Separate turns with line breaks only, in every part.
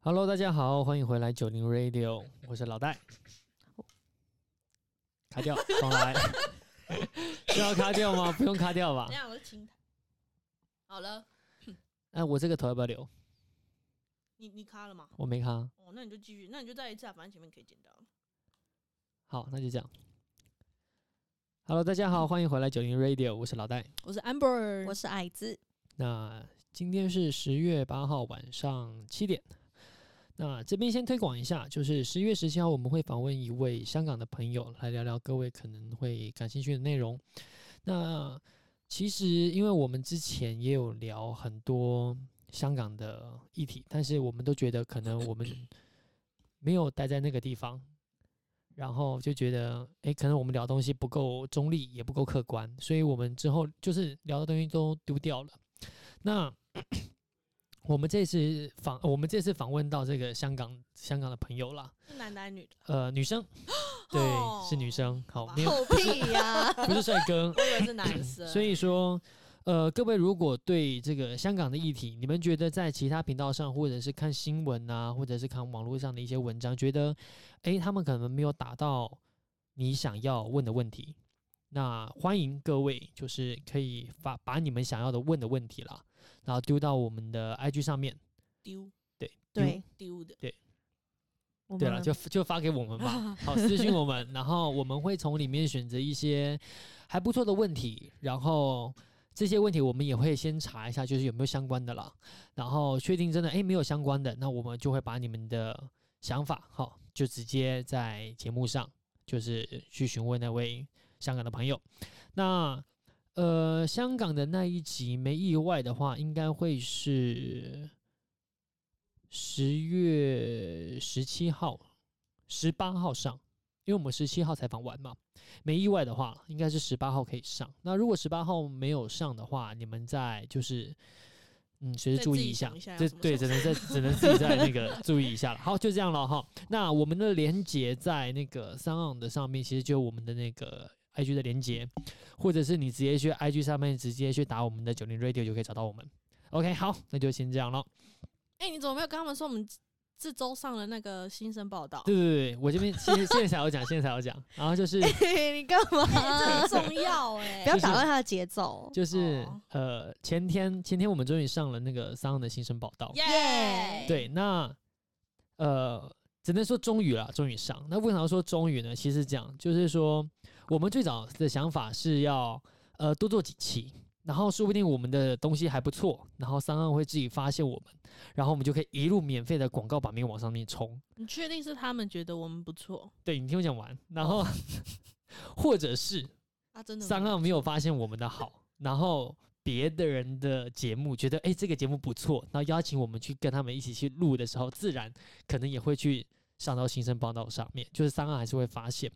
Hello，大家好，欢迎回来九零 Radio，我是老戴。卡掉，重来。需要卡掉吗？不用卡掉吧
等一？下我是清台。好了，
哎、我这个头要不要留？
你你卡了吗？
我没卡。
哦，那你就继续，那你就再一次啊，反正前面可以剪掉。
好，那就这样。Hello，大家好，欢迎回来九零 Radio，我是老戴。
我是 Amber，
我是矮 子，
那今天是十月八号晚上七点。那这边先推广一下，就是十一月十七号我们会访问一位香港的朋友，来聊聊各位可能会感兴趣的内容。那其实因为我们之前也有聊很多香港的议题，但是我们都觉得可能我们没有待在那个地方，然后就觉得，诶，可能我们聊东西不够中立，也不够客观，所以我们之后就是聊的东西都丢掉了。那 我们这次访，我们这次访问到这个香港香港的朋友啦，
是男的还是女的？
呃，女生，对，是女生，好，没有
臭屁呀、
不是帅哥，
我以为是男 生。
所以说，呃，各位如果对这个香港的议题，你们觉得在其他频道上，或者是看新闻啊，或者是看网络上的一些文章，觉得，诶，他们可能没有打到你想要问的问题，那欢迎各位就是可以把把你们想要的问的问题啦，然后丢到我们的 IG 上面，
丢
对
对，
丢的，
我
对
们
了，就就发给我们 吧，好私信我们，然后我们会从里面选择一些还不错的问题，然后这些问题我们也会先查一下，就是有没有相关的啦，然后确定真的诶没有相关的，那我们就会把你们的想法好、就直接在节目上就是去询问那位香港的朋友，那。呃，香港的那一集没意外的话，应该会是十月十七号、十八号上，因为我们十七号采访完嘛，没意外的话，应该是十八号可以上。那如果十八号没有上的话，你们再就是嗯，随时
再
注
自
意
己
一下
想一下，要
这
什么
对
时
只能 在只能自己在那个注意一下了。好，就这样了哈。那我们的连接在那个三岸的上面，其实就有我们的那个。IG 的连接，或者是你直接去 IG 上面直接去打我们的九零 Radio 就可以找到我们。OK，好，那就先这样了。
哎、你怎么没有跟他们说我们这这周上了那个新生报道？
对对对对，我这边现在现在才要讲，现在才要讲。然后就是
你干
这
嘛啊
很？重要哎、
不要打乱他的节奏。
就是
哦
呃，前天前天我们终于上了那个三岸的新生报道。
耶！
对，那呃，只能说终于啦，终于上。那为啥说终于呢？其实这样，就是说我们最早的想法是要呃多做几期，然后说不定我们的东西还不错，然后三岸会自己发现我们，然后我们就可以一路免费的广告版面往上面冲。
你确定是他们觉得我们不错
对你听我讲完，然后、 或者是
啊？真的吗
三岸没有发现我们的好，然后别的人的节目觉得哎、诶这个节目不错，然后邀请我们去跟他们一起去录的时候，自然可能也会去上到新生报道上面，就是三岸还是会发现。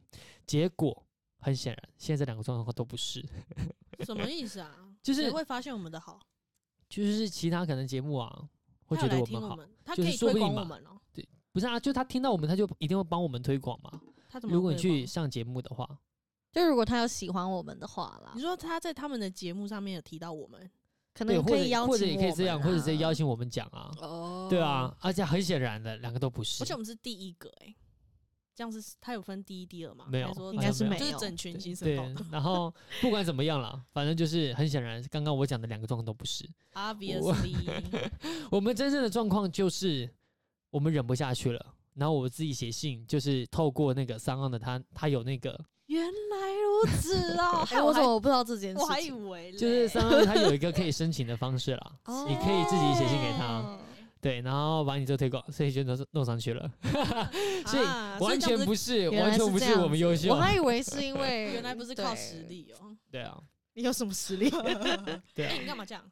结果很显然，现在这两个状况都不是，
什么意思 啊？
就是
谁会发现我们的好，
就是其他可能节目啊会觉
他有
得
来
我
听
们
我
好，
们，他
就
可
是
以
说
推
不定
广我
嘛
们哦、
不是啊，就他听到我们，他就一定会帮我们推广嘛。
他怎么？
如果你去，上节目的话，
就如果他有喜欢我们的话啦
你，说他在他们的节目上面有提到我们
可
对，
能
或
可以
者
邀请
或者也可以
我
这
们
样，
啊
或者直接邀请我们讲啊，
哦
对啊，，而且很显然的，两个都不是
而且我。们是第一个哎、这样是他有分第一、第二吗？
没有
还说
应该是
好像没有
没有，
就是整群新生
对
报 道，
然后不管怎么样啦，反正就是很显然，刚刚我讲的两个状况都不是。
，obviously，
我们真正的状况就是我们忍不下去了，然后我自己写信，就是透过那个三岸的他，他有那个，
原来如此 哦
哎、我怎么不知道这 件事情？
我还以为嘞
就是三 岸他有一个可以申请的方式啦，
哦
你可以自己写信给他
哦
对，然后把你这个推广，所以就弄弄上去了， 所以
啊
完
这
全
样子
不是，
原来
完
是
全不
这
是
样
我们
子
优秀
我，还以为是因为
原来不是靠实，
对
力 哦。
对啊，
你有什么实力？
对啊
哎，。你干嘛这样？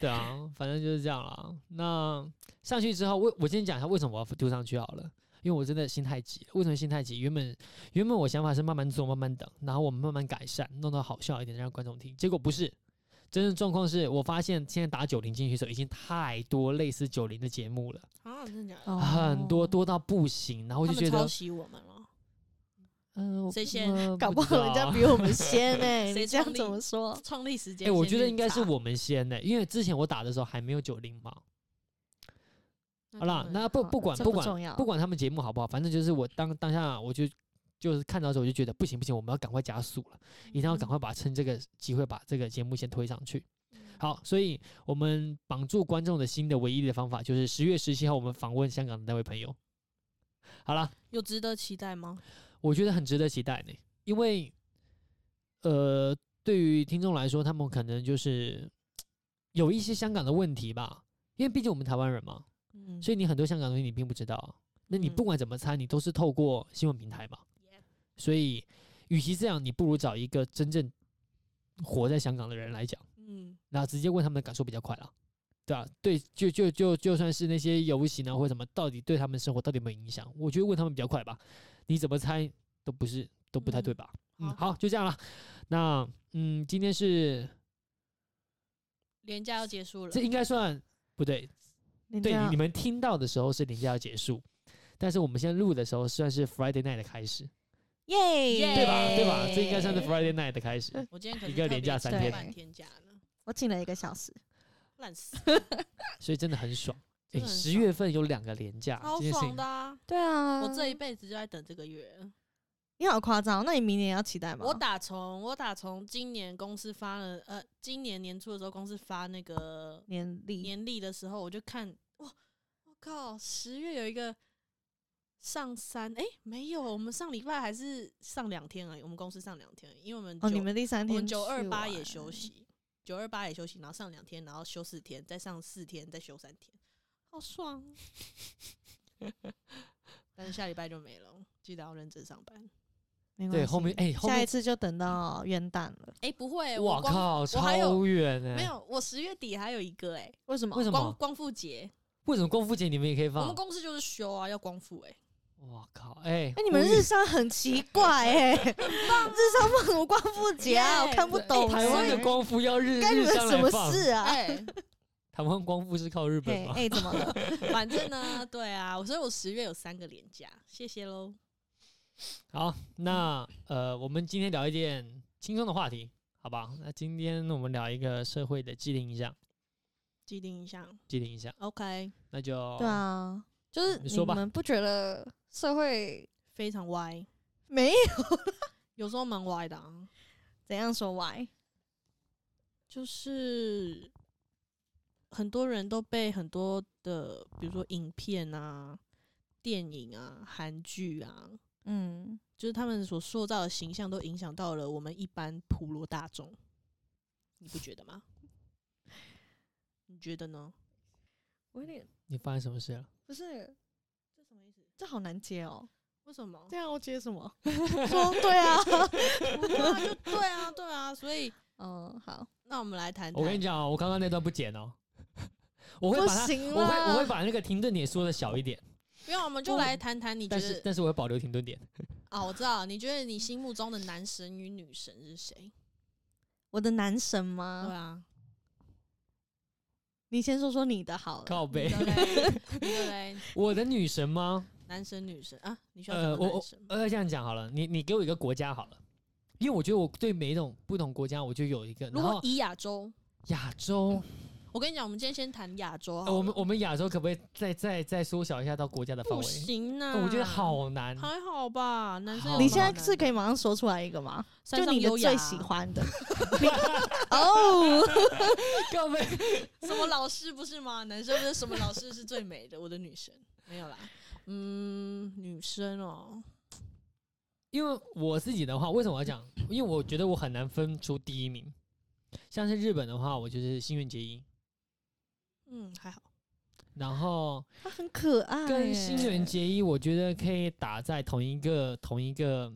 对啊，反正就是这样啦。那上去之后，我我先讲一下为什么我要丢上去好了，因为我真的心太急了。为什么心太急？原本原本我想法是慢慢做，慢慢等，然后我们慢慢改善，弄到好笑一点，让观众听。结果不是，真正状况是我发现现在打九零进去的时候，已经太多类似九零的节目了，
啊，真的假的？
哦
很多多到不行， 然后我
他
就觉
们抄
得，
袭我们了，
嗯、
谁先
呃
搞不
知
好人家
道
比我们先呢、欸你
谁
这
创
样
立
怎么说？
创立时
哎、
间。
我觉得应该是，我们先呢、因为之前我打的时候还没有九零嘛，好啦，
对
那不
好
不管
这
不
不重
管
要
不管他们节目好不好，反正就是我当当下我就就是看到的时候我就觉得不行不行，我们要赶快加速了，一定
嗯
要赶快把趁这个机会把这个节目先推上去。好，所以我们绑住观众的心的唯一的方法就是十月十七号我们访问香港的那位朋友。好啦，
有值得期待吗？
我觉得很值得期待呢，因为呃，对于听众来说，他们可能就是有一些香港的问题吧，因为毕竟我们台湾人嘛，
嗯，
所以你很多香港东西你并不知道啊。那你
嗯
不管怎么猜，你都是透过新闻平台嘛。所以，与其这样，你不如找一个真正活在香港的人来讲，
嗯，
那直接问他们的感受比较快啦。对啊，对，就就就就算是那些游行啊或者什么，到底对他们生活到底有没有影响？我觉得问他们比较快吧。你怎么猜都不是都不太对
嗯
吧？嗯，好，就这样啦。那嗯，今天 是
廉价要结束了
这，应该算不对，
你
对
这，样
你们听到的时候是零假要结束，但是我们现在录的时候算是 Friday night 的开始，
耶，
耶
对吧？对吧？这应该算是
耶
Friday night 的开始。
我今天可
一
能
个
特别
连假三欸
请
天
半天假呢，
我请了一个小时，
烂死，
所以真的很爽。哎，
真的很
十
爽
月份有两个连假，
超
这件事
爽
情
的啊！
对啊
我这一辈子就在等这个月。
你好夸张，那你明年要期待吗？
我打从我打从今年公司发了，呃，今年年初的时候公司发那个
年历
年历的时候，我就看，哇，我靠，十月有一个上山，哎、没有，我们上礼拜还是上两天而已，我们公司上两天而已，因为我们
哦，
九
你们第三
我
天
们九二八也
休
休
息。
息，九二八也休息，然后上两天，然后休四天，再上四天，再休三天，好 爽。但是下礼拜就没了，记得要认真上班。
没关
对
系
后面哎，后
下一
面
次就等到元旦了。
哎、不会，
哇
我光
靠，
我还有
超远哎！
没，有，我十月底还有一个哎、
为什么
为什
光
么？
光复节，
为什么光复节你们也可以
我
放
们？公司就是休啊，要光复哎、
哇靠！哎
哎、，你们
呼吁
日商很奇怪 哎、日商放什么光复节啊？
耶
我看不懂、
台湾
所
的
以
光复要日
干你
日
们
上
什
来
么
放，
事啊？
哎、
台湾光复是靠日本
哎
吗？
哎，怎么 了？
反正呢， 对啊，所以我十月有三个连假，谢谢喽。
好，那呃，我们今天聊一点轻松的话题，好吧？那今天我们聊一个社会的既定印象，
既定印象
既定印象，
，OK，
那就
对啊，就是
你说
你
吧
们不觉得社会
非常歪，
没
有时候蛮歪的啊，
怎样说歪？
就是很多人都被很多的，比如说影片啊、电影啊、韩剧啊，
嗯，
就是他们所塑造的形象都影响到了我们一般普罗大众，你不觉得吗？你觉得呢？
我有点
你发生什么事了？
不是，
这什么意思？
这好难接哦。
为什么？
这样我接什么？ 说对啊。
对啊，对啊，所以
嗯，好，
那我们来谈谈。
我跟你讲、哦，我刚刚那段不剪哦，我会
不
把它，
行
我会我会
啦。
把那个停顿点缩的小一点，
不用，我们就来谈谈你觉
但是
得
但是我会保留停顿点。
啊，我知道，你觉得你心目中的男神与女神是谁？
我的男神
对
吗？
啊，
你先说说你的好了。
靠
对
背，
不对？你对不对？
我的女神吗？
男神女神啊，你需要
呃，
什么
我
男
我
神？
呃这样讲好了，你你给我一个国家好了，因为我觉得我对每一种不同国家我就有一个，
如
然
果
后
以亚洲，
亚洲，
我跟你讲，我们今天先谈亚洲好了、
呃我们我们亚洲可不可以再再再缩小一下到国家的范
不
围？
行啊、
呃我觉得好难，
还好吧，男生有
好
什么
你现在
好
是
难的
可以马上说出来一个吗？
山
就
上
你的
优雅啊
最喜 欢的。你哦，
靠背。
什么老师不是吗？男生不是什么老师是最美的？我的女神没有啦， 嗯，女生哦，
因为我自己的话，为什么要讲？因为我觉得我很难分出第一名。像是日本的话，我就是幸运结衣，
嗯，还好，
然后
他很可爱耶，
跟新垣结衣，我觉得可以打在同一个同一个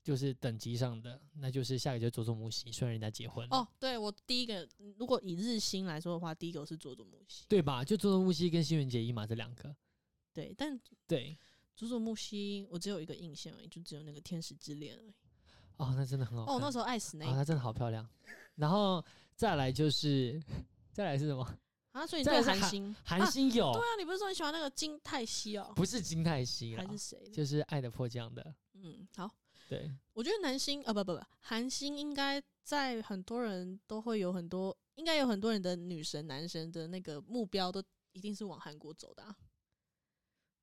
就是等级上的，那就是下个就是佐佐木希，虽然人家结婚了
哦，对我第一个，如果以日星来说的话，第一个我是佐佐木希，
对吧？就佐佐木希跟新垣结衣嘛，这两个
对，但
对
佐佐木希我只有一个印象而已，就只有那个《天使之恋》而已。
哦，那真的很好看
哦，那时候爱死那
哦
个
她真的好漂亮。然后再来就是再来是什么？
啊，所以你
再
对
来是
韩
韩
星，
韩星有、
对啊，你不是说你喜欢那个金泰熙哦，
不是金泰熙啦
还，是谁的？
就是《爱的迫降》的，
嗯，好。
对。
我觉得男星啊，不不不，韩星应该在很多人都会有很多，应该有很多人的女神、男神的那个目标都一定是往韩国走的、啊。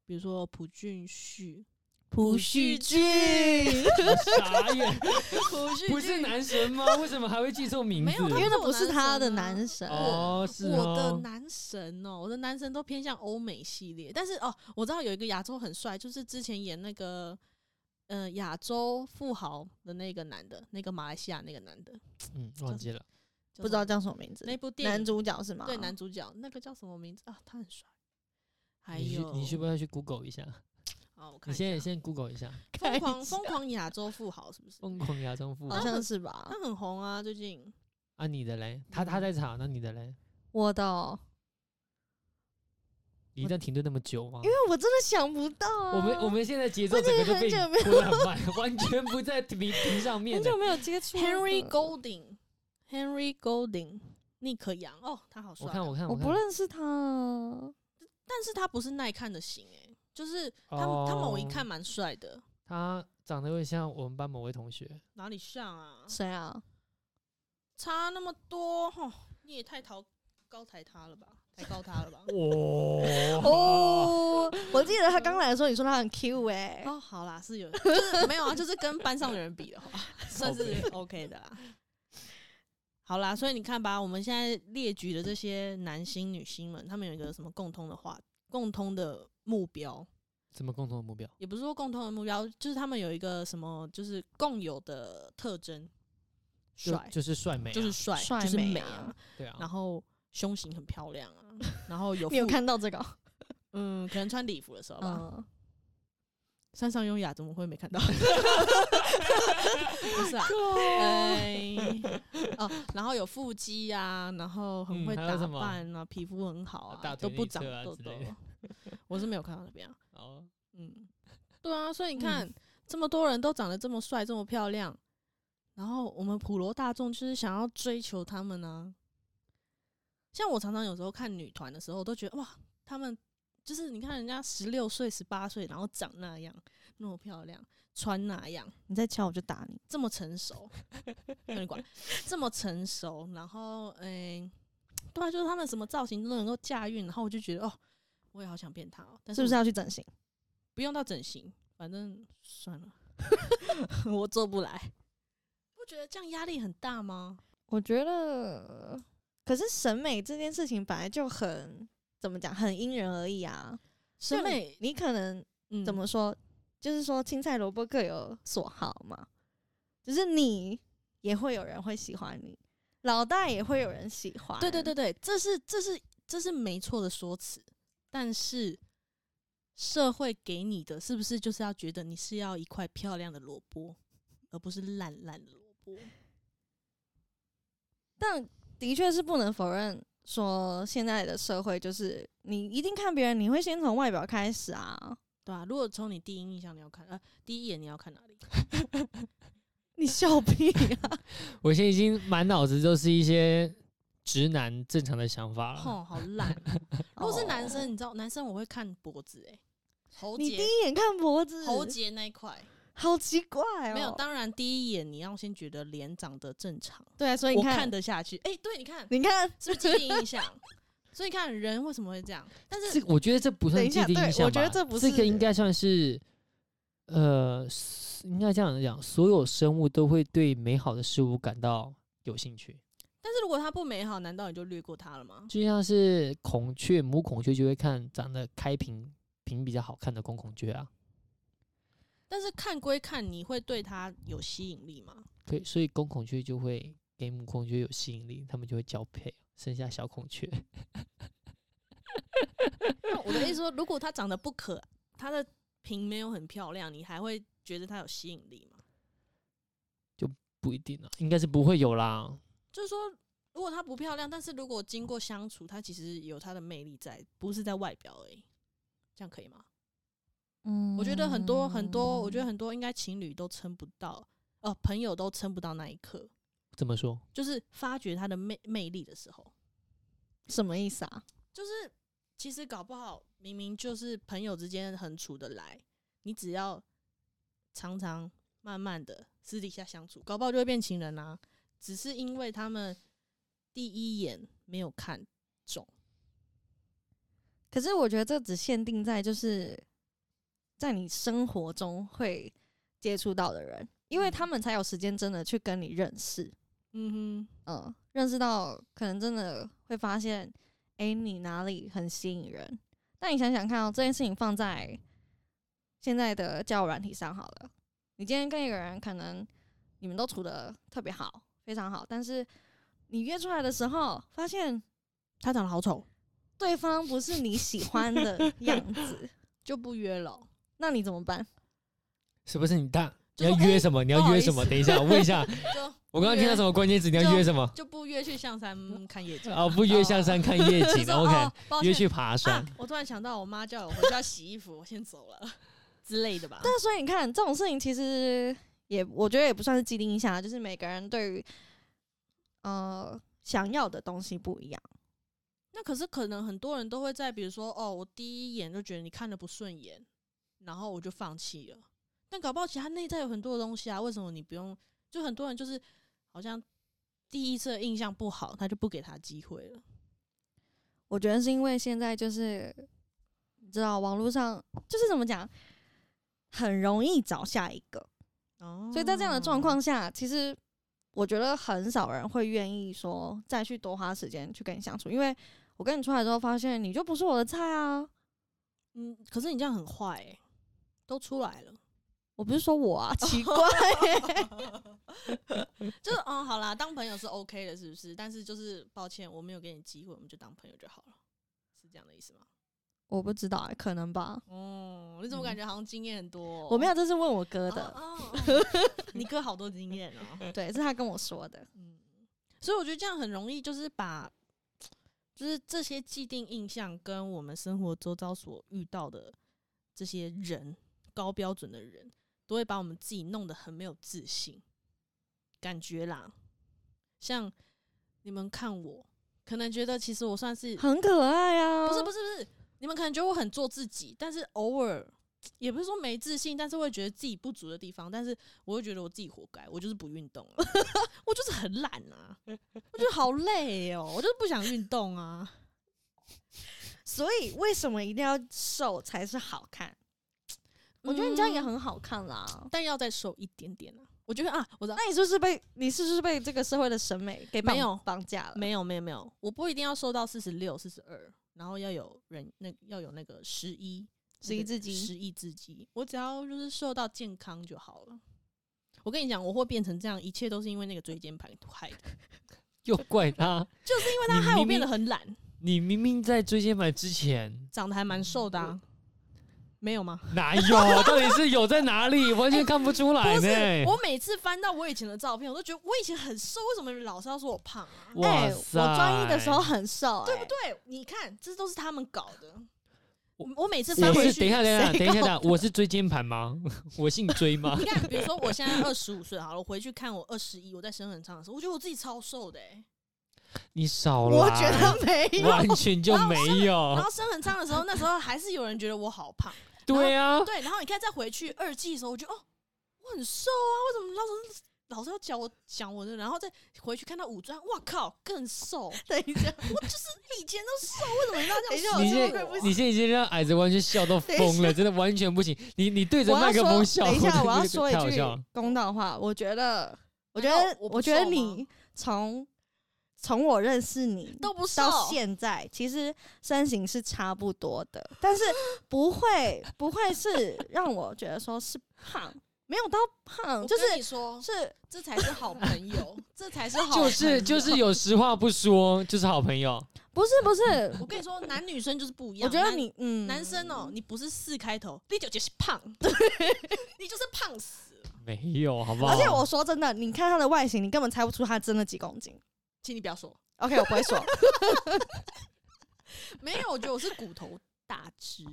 比如说朴俊 旭，
朴
叙
叙
俊
俊，
我傻眼，
朴俊
不是男神吗？为什么还会记错名字？
没有
因为那不是 他的
男
男神，
哦，是
我的
哦，
男神哦，我的男神都偏向欧美系列，但是哦，我知道有一个亚洲很帅，就是之前演那个呃亚洲富豪的那个男的，那个马来西亚那个男的，
嗯，忘记了。
叫
不知道
什么
叫什么名字
那，部电影
男主角是吗？
对男主角那个叫什么名字啊？他很帅。还
你去
有
你去不要去 Google 一下？
啊？哎我看
你
一下
先先 Google 一下，
疯狂疯狂亚洲富豪是不是？
疯狂牙中富
啊
好
豪
像是吧
他？很红啊，最近
啊，你的嘞？他他在查，那你的嘞？
我的哦，
你一定要停顿那么久吗？
因为我真的想不到啊。
我们我们现在节奏整个就被
我已经很久没
拖
有
得很慢， 完全不在停停上面
很
的
久。没有接触
Henry
了
Golding，Henry Golding，尼克杨哦，他好帅
我
啊。
看我看
我
看
不，认识
哦
他。
但是他不是耐看的型哎、就是他们、
哦
他们我一看蛮帅的，
他长得有点像我们班某位同 学，？
哪里像啊？
谁啊？
差那么多，吼，你也太抬高抬他了吧？抬高他了吧
哇，
哦，我记得他刚来的时候，你说他很 Q 哎、
哦，好啦，是有， 就是没有啊，就是跟班上的人比的话，算是 OK 的啦。好啦，所以你看吧，我们现在列举的这些男星、女星们，他们有一个什么共通的话、共通的目标，
什么共同的目标？
也不是说共通的目标，就是他们有一个什么，就是共有的特征，
就
帅，
就是帅美啊，
就是帅，
帅
就是
美
美
啊
啊，
对啊
然。后胸型很漂亮啊，然后有
你有
腹
看到这个？
嗯，可能穿礼服的时候吧。
嗯，
山上优雅怎么会没看到？ 不是啊，
哦
哎，哦，然后有腹肌啊，然后很
嗯
会
还有
打
什么
扮啊，皮肤很好啊，
大
都
腿
不
内
长
侧啊
痘
之
痘
类的。
我是没有看到那边啊，
哦，
嗯，对啊，所以你
嗯
看，这么多人都长得这么帅，这么漂亮，然后我们普罗大众就是想要追求他们呢、像我常常有时候看女团的时候，都觉得哇，他们就是你看人家十六岁、十八岁，然后长那样，那么漂亮，穿那样，
你再敲我就打你。
这么成熟，那你管这么成熟，然后哎、对啊，就是他们什么造型都能够驾驭，然后我就觉得哦，我也好想变他哦，但
是不
是
是要去整形？
不用到整形，反正算了， 我做不来。不觉得这样压力很大吗？
我觉得，可是审美这件事情本来就很怎么讲，很因人而异啊。
审
就你
美
你可能
嗯
怎么说，就是说青菜萝卜各有所好嘛，就是你也会有人会喜欢你，老大也会有人喜欢。
对对对对，这是这是这是没错的说辞，但是社会给你的是不是就是要觉得你是要一块漂亮的萝卜，而不是烂烂的萝卜？
但的确是不能否认，说现在的社会就是你一定看别人，你会先从外表开始啊。
对啊，如果从你第一印象你要看，呃，第一眼你要看哪里？
你笑屁啊！
我现在已经满脑子都是一些直男正常的想法了。
哦，好烂哦。 如果是男生，
哦，
你知道，男生我会看脖子、欸，哎，喉
你第
结，
一眼看脖子，
喉结那一块。
好奇怪哦。
没有，当然第一眼你要先觉得脸长得正常，
对啊，所以
我
你看
看，得下去。哎、对，你看
你看，
是不是既定印 象？所以你看人为什么会这样？但是
这个我觉得这不算
等一
既
下
定
对
印象吧，
我觉得这不
这个
是
应该算是，呃，应该这样讲，所有生物都会对美好的事物感到有兴趣，
但是如果它不美好，难道你就略过它了吗？
就像是孔雀，母孔雀就会看长得开屏屏比较好看的公孔雀啊，
但是看归看，你会对它有吸引力吗？
对，所以公孔雀就会给母孔雀有吸引力，它们就会交配，生下小孔雀。
那我的意思说，如果它长得不可，它的屏没有很漂亮，你还会觉得它有吸引力吗？
不一定啊，应该是不会有啦。
就是说，如果她不漂亮，但是如果经过相处，她其实有她的魅力在，不是在外表而已，这样可以吗？
嗯
我觉得很多很多，我觉得很多应该情侣都撑不到，呃，朋友都撑不到那一刻，
怎么说？
就是发掘她的魅魅力的时候，
什么意思啊？
就是其实搞不好明明就是朋友之间很处得来，你只要常常慢慢的私底下相处，搞不好就会变情人啦、啊只是因为他们第一眼没有看中，
可是我觉得这只限定在就是在你生活中会接触到的人，因为他们才有时间真的去跟你认识，
嗯
嗯，认识到可能真的会发现，哎、你哪里很吸引人？但你想想看哦，这件事情放在现在的交友软体上好了，你今天跟一个人可能你们都处的特别好，非常好，但是你约出来的时候发现
哼，他长得好丑，
对方不是你喜欢的样 子，
就不约了。
那你怎么办？
是不是你大？你
就
要
说
约
哎
什么？你
不
要
好
约
意
什么？
思
等一下，我问一下，
就
我刚刚听到什么关键词？你要
就
约什 么？
就不约去象山看夜景。
啊，不约下山看夜景
就说
，OK，
哦抱
哎约
歉
去爬山
啊。！我突然想到，我妈叫我回家洗衣服，我先走了之类的吧。
但所以你看，这种事情其实也，我觉得也不算是既定印象，就是每个人对于呃想要的东西不一样。
那可是可能很多人都会在，比如说哦，我第一眼就觉得你看的不顺眼，然后我就放弃了。但搞不好其他内在有很多的东西啊，为什么你不用？就很多人就是好像第一次的印象不好，他就不给他机会了。
我觉得是因为现在就是你知道，网络上就是怎么讲，很容易找下一个，
哦
所以在这样的状，况下，其实我觉得很少人会愿意说再去多花时间去跟你相处，因为我跟你出来之后发现你就不是我的菜啊。
嗯，可是你这样很坏、欸，都出来了，
我不是说我啊，奇怪、
就是嗯，好啦，当朋友是 OK 的，是不是？但是就是抱歉，我没有给你机会，我们就当朋友就好了，是这样的意思吗？
我不知道、欸，可能吧。
哦，你怎么感觉好像经验很多、
我没有，这是问我哥的，
哦哦哦你哥好多经验哦。
对，是他跟我说的。
嗯，所以我觉得这样很容易，就是把就是这些既定印象跟我们生活周遭所遇到的这些人，高标准的人，都会把我们自己弄得很没有自信，感觉啦。像你们看我，可能觉得其实我算 是
很可爱啊！
不是不
是，
是不是，你们可能觉得我很做自己，但是偶尔也不是说没自信，但是会觉得自己不足的地方，但是我会觉得我自己活该，我就是不运动、啊， 我就是很懒啊，我觉得好累 哦，我就是不想运动 啊。
所以为什么一定要瘦才是好看？我觉得你这样也
嗯，
很好看啦。
但要再瘦一点点啊。我觉得啊，我知道，
那你是不是被你是不是被这个社会的审美给绑
没有
绑架了？
没有没有没有，我不一定要瘦到四十六、四十二，然后要有人那要有那个十一
十一字肌
十一字肌，我只要就是瘦到健康就好了。我跟你讲，我会变成这样，一切都是因为那个椎间盘害的，
又怪他，
就是因为它
你
害我
明
变得
明
很懒，
你明明在椎间盘之前
长得还蛮瘦的、啊，没有吗？
哪有？到底是有在哪里？完全看不出来
不是，
呢。
我每次翻到我以前的照片，我都觉得我以前很瘦，为什么你们老是要说我胖啊？
哇
哎
塞！
我专一的时候很瘦、哎
对不对？你看，这都是他们搞的。
我
我我每次翻
我
回
是
去，
等一下，等一下，
谁
等一下，等一下，我是椎间盘吗？ 我姓椎吗
你？看，比如说我现在二十五岁好了，我回去看我二十一，我在生很长的时候，我觉得我自己超瘦的、欸。
你少来，
我觉得没有。
完全就没
然
有。
后生很长的时候，那时候还是有人觉得我好胖。
对啊，
对，然后你看再回去二季的时候，我觉得哦，我很瘦啊，为什么老是老是要讲我讲我的？然后再回去看到五专，哇靠，更瘦。
等一下，
我就是以前都瘦，为什么人家这样
你
瘦
现
我
你现在已经让矮子完全笑到疯了，真的完全不行。你你对着麦克风笑，
等一下，
真的
我要
是
说一
太好
句
笑了
公道话，我觉得，我觉
难
得
道，我不
觉得
瘦吗
你从从我认识你
都不瘦，
到现在，其实身形是差不多的，但是 不会不会是让我觉得说是胖，没有到胖，
我
就
跟
是
你说，
是
这才是好朋友，这才是好朋
就
友，
是就是有实话不说，就是好朋 友。
不是不是？
我跟你说，男女生就是不一样。
我觉得
男
你嗯，
男生哦、你不是四开头，第九节是胖， 你就是胖死了，
没有，好不好？
而且我说真的，你看他的外形，你根本猜不出他真的几公斤。
请你不要说。
OK，我不会说，
没有，我觉得我是骨头大只。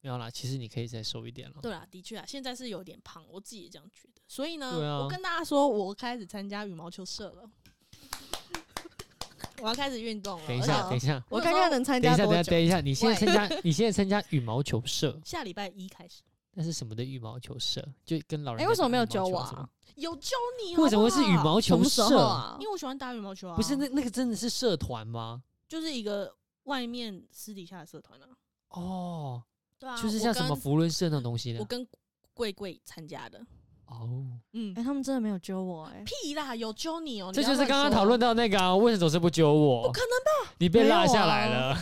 没有啦，其实你可以再瘦一点了。
对啦，的确啊，现在是有点胖，我自己也这样觉得。所以呢，
对啊
我跟大家说，我开始参加羽毛球社了， 我要开始运动了。
等一
而
下，
且
等一下，
我看看能参
等
加
一下，
多
等一下，
久。
等一下，你现在参 加，你现在参加羽毛球社，
下礼拜一开始
那是什么的羽毛球社？就跟老人。
哎，为什么没有揪我啊？？
有教你好哦不好，
为什么会是羽毛
什
球
么时候
社？
啊
因？为我喜欢打羽毛球啊，
不是那那个真的是社团吗？
就是一个外面私底下的社团啊。
哦，
对啊，
就是像
我
什么
跟
福伦社那种东西
我
的。
跟贵贵参加的，
哦，
嗯
哎、，他们真的没有揪我哎、
屁啦，有揪你哦、
这
你不
就
要
是刚刚
乱说
讨论到那个、啊，为什么总是不揪
不
我？
可能吧？
你被
没有
落下
啊
来了。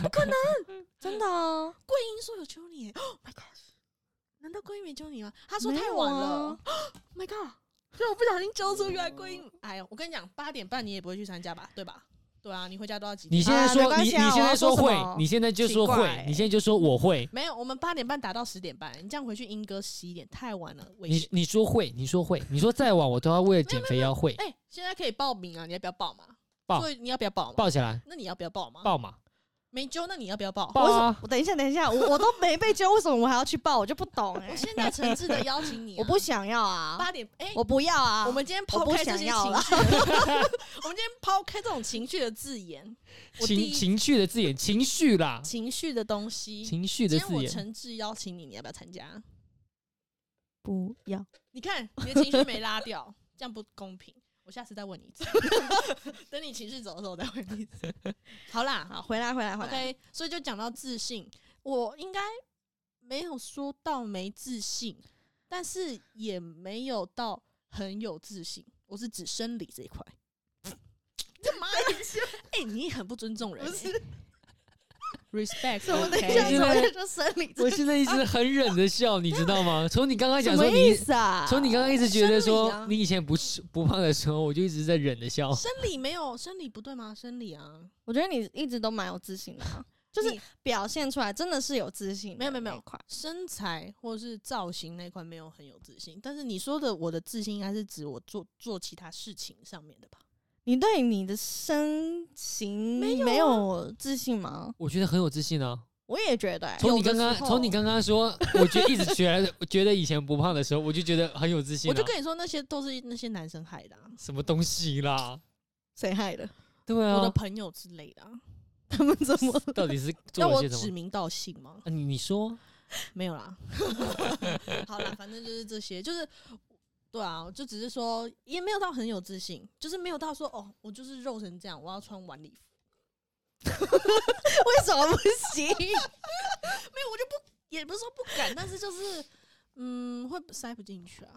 真的啊，
桂英说有揪你、欸、，Oh my god！难道桂英没揪你吗？他说
没
太
有
晚
啊
了、o h my god！所以我不小心揪出，原来桂英，哎呦，我跟你讲，八点半你也不会去参加吧？对吧？对啊，你回家都要几点？
你现在
啊没
说、
关
你
系啊
你现
我
在
要说什
会
么，
你现在就
奇
说会
怪，
你现在就说我会，
没有，我们八点半打到十点半，你这样回去英哥十一点太晚了，危
你
险。
你说会，你说会，你说再晚我都要为了减肥要会，
哎、现在可以报名啊，你要不要报嘛？
报
所以你要不要报嘛？
抱起来，
那你要不要
啊
报嘛？
抱嘛，
没揪，那你要不要报？
报
为什
啊
么？！我等一下，等一下，我我都没被揪，为什么我还要去报？我就不懂哎、
我现在诚挚的邀请你、 啊，
我不想要啊，
八点哎、
我不要啊，
我们今天抛
我不
开这
想
些情绪，
要
我
了
们今天抛开这种情绪的字眼，我第
情
一
情绪的字眼，情绪啦，
情绪的东西。
情绪的
今天
字
我
眼，
诚挚邀请你，你要不要参加？
不要。
你看你的情绪没 拉掉，这样不公平。我下次再问你一次， 等你情绪走的时候我再问你一次。好啦，
好，
好
回来，回来，回来。
，OK。所以就讲到自信，我应该没有说到没自信，但是也没有到很有自信。我是指生理这一块。干嘛呀？ 哎、你很不尊重人、
不
欸。respect，
怎么等一
OK
下？
因
怎么
为
在说生理？
我现在一直很忍着笑，你知道 吗？从你刚刚
什
讲
么
说
意
你，
思啊？
从你刚刚一直觉得
生理啊
说你以前不吃不胖的时候，我就一直在忍着笑。
生理没有生理不对吗？生理啊，
我觉得你一直都蛮有自信的、啊，就是
你
表现出来真的是有自信的
没有没有没有
那一块
身材或是造型那一块没有很有自信，但是你说的我的自信应该是指我做做其他事情上面的吧？
你对你的身形
没有啊
没有自信吗？
我觉得很有自信啊！
我也觉得、欸，
从你
有的
刚刚
时候
从你刚刚说，我觉得一直觉得 觉得以前不胖的时候，我就觉得很有自信、啊。
我就跟你说，那些都是那些男生害的、啊，
什么东西啦？
谁害的？
对
我的
啊，
朋友之类的、啊。
他们怎么了？
到底是做
要
了
我
些
指
什么？
名道姓吗？
啊、你你说，
没 有啦， 好啦，反正就是这些，就是对啊，就只是说也没有到很有自信，就是没有到说哦，我就是肉成这样，我要穿晚礼服，
为什么不行？
没有，我就不也不是说不敢，但是就是嗯，会塞不进去啊，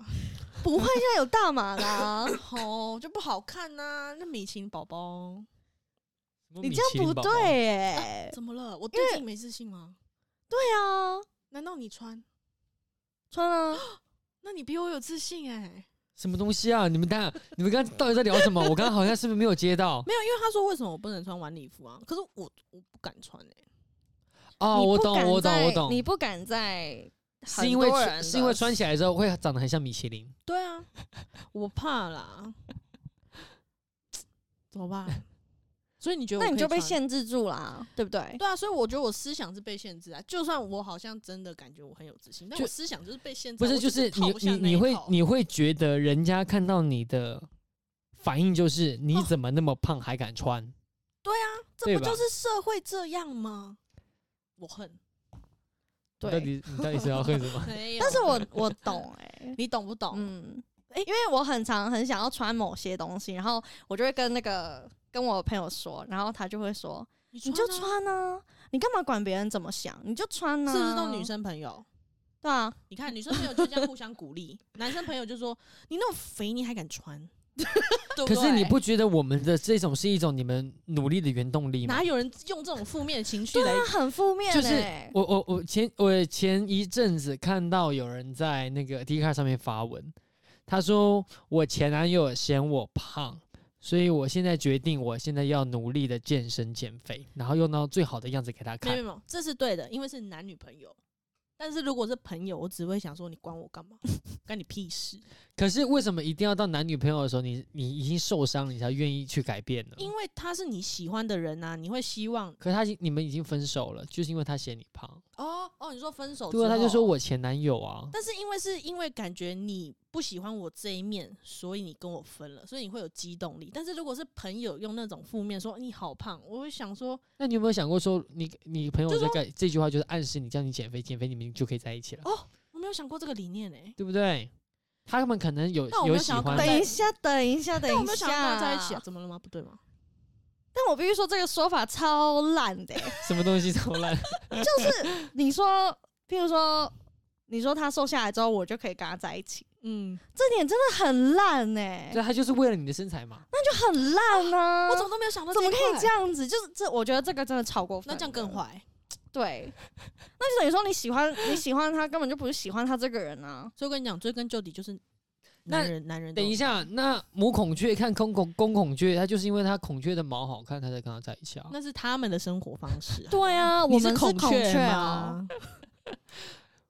不会，现在有大码
啊
啦、
哦，就不好看呐、那米奇宝宝
什么
你
米
这
其
样
林
不
宝宝
对哎、 欸
怎么了？我对自己没自信吗？
对啊，
难道你穿？
穿啊，
那你比我有自信哎、
什么东西啊？你们等下，你们刚刚到底在聊 什么？我刚刚好像是不是没有接到？
没有，因为他说为什么我不能穿晚礼服啊？可是我我不敢穿哎、
哦，
你不
我懂，
敢
我懂，
在
我懂
你，不敢在
是因为
很多
穿
人
是因为
的
穿起来之后会长得很像米其林。
对啊， 我怕啦，怎么办？ 所以你觉得我
那你
可以
就被
穿
限制住啦，对不对？
对啊，所以我觉得我思想是被限制啊。就算我好像真的感觉我很有自信，但
就
我思想就是被限制
不
啊。
是，
我
就是
是
你你你会你会觉得人家看到你的反应就是你
哦
怎么那么胖还敢穿？
啊这
对
不就
吧
是社会这样吗？我恨，
你到
对，
底你到底是要恨什 么？
没有
但是我我懂哎、欸
你懂不懂？
嗯，因为我很常很想要穿某些东西，然后我就会跟那个跟我朋友说，然后他就会说：“
你
你就
啊
穿啊，你干嘛管别人怎么想？你就穿啊。”
是不是都女？生朋友？
对啊，
你看女生朋友就这样互相鼓励，男生朋友就说你那么肥，你还敢穿？ 对不
可
对？
是你不觉得我们的这种是一种你们努力的原动力吗
哪？有人用这种负面情绪
对
来
啊，很负面、
就是
欸。
我我我前我前一阵子看到有人在那个 d 卡上面发文，他说我前男友嫌我胖，所以我现在决定我现在要努力的健身减肥，然后用到最好的样子给他
没有
看
没。有没有，这是对的，因为是男女朋友。但是如果是朋友，我只会想说你管我干嘛， 干你屁 事。
可是为什么一定要到男女朋友的时候，你你已经受伤，你才愿意去改变呢？
因为他是你喜欢的人啊，你会希望
可是他已经你们已经分手了，就是因为他嫌你胖。
哦哦，你说分手
对啊，
之
他就
后
说，我前男友啊。
但是因为是因为感觉你不喜欢我这一面，所以你跟我分了，所以你会有激动力。但是如果是朋友用那种负面说你好胖，我会想说
那你有没有想过说你，你朋友
就
在
说哦
改这句话，就是暗示你叫你减肥，减肥你们就可以在一起了。
我没有想过这个理念哎、
对不对？他们可能有
那我没
有
有
喜
想要
欢
跟
的，
等一下，等一下，等
但我
一
没有
下，
想要跟他在一起啊，怎么了吗？不对吗？
但我必须说，这个说法超烂的欸、
什么东西都烂。
你说譬如说，你说他瘦下来之后，我就可以跟他在一起，
嗯，
这点真的很烂呢、
对，他就是为了你的身材嘛。
就很烂呢、啊
我怎么都没有想到，
怎么可以这？样子？就是这，我觉得这个真的超过分
那
了。
这样更坏。
对，那就等于说你喜欢你喜欢他，根本就不是喜欢他这个人啊。
所以我跟你讲，追根究底就是
那
男人，男人都
等一下，那母孔雀看公孔公孔雀，它就是因为它孔雀的毛好看，它才跟它在一起啊。
那是他们的生活方式、 啊。
对啊，我
你
们是
孔
雀啊，
吗？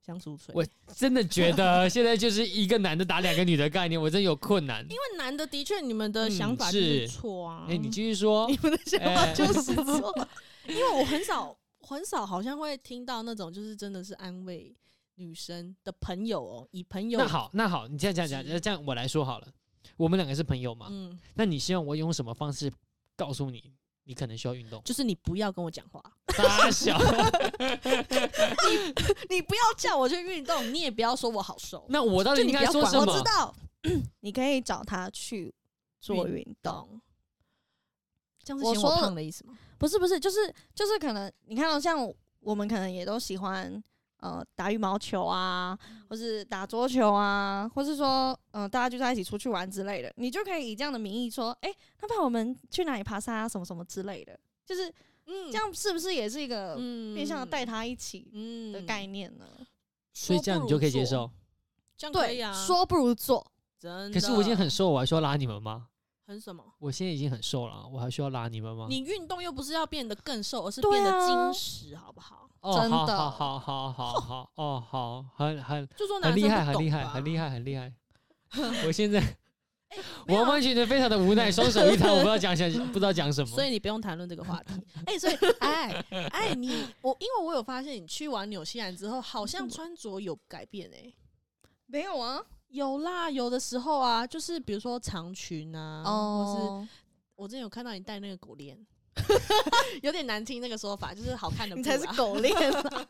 相处锤，
我真的觉得现在就是一个男的打两个女的概念，我真有困难。
因为男的的确，你们的想法
嗯
就是
是
错啊。
哎、你继续说。
你们的想法
哎
就是错，因为我很少很少好像会听到那种就是真的是安慰女生的朋友哦，以朋友
那，好，那好，你这样这样这样这样，这样我来说好了。我们两个是朋友嘛？
嗯，？
那你希望我用什么方式告诉你，你可能需要运动
就是你不要跟我讲话，
大 小，
你不要叫我去运动，你也不要说我好瘦，
那我到底
就你
应
不
该
要
说
管，
什
我
么
知？道，
你可以找他去做运动。
懂。这样是
我
嫌我
说了
胖的意思吗？
不是不是，就是就是可能你看到哦像我们可能也都喜欢呃打羽毛球啊，
嗯
或是打桌球啊，或是说呃大家就在一起出去玩之类的，你就可以以这样的名义说，哎、那不然我们去哪里爬山啊，什么什么之类的，就是
嗯
这，样是不是也是一个
嗯
变相的带他一起
嗯
的概，念呢？
所以这样你就可以接受。
这样可以
对
啊。，
说不如做。
真的，
可是我已经很瘦，我还需要拉你们吗？
很什么？
我现在已经很瘦了，我还需要拉你们吗？
你运动又不是要变得更瘦，而是
对
变得
啊
精实，好不好？
哦，
真
好
的
好好好好好哦，好，很很
就说男
很厉
生
害，
不
很
懂
厉害，
吧
很厉害，很厉 害。我现在
没有
完
啊
完全全非常的无奈，双手一摊，我不知道讲 想，不知道讲什么。
所以你不用谈论这 个话题。哎、所以哎哎，你我因为我有发现，你去完纽西兰之后，好
嗯
像穿着有改变哎、
没有啊，
有啦，有的时候啊，就是比如说长裙啊，或是
哦，
我之前有看到你戴那个狗链， 有点难听那个说法，就是好看的
你
布
才是
啊
狗链啊，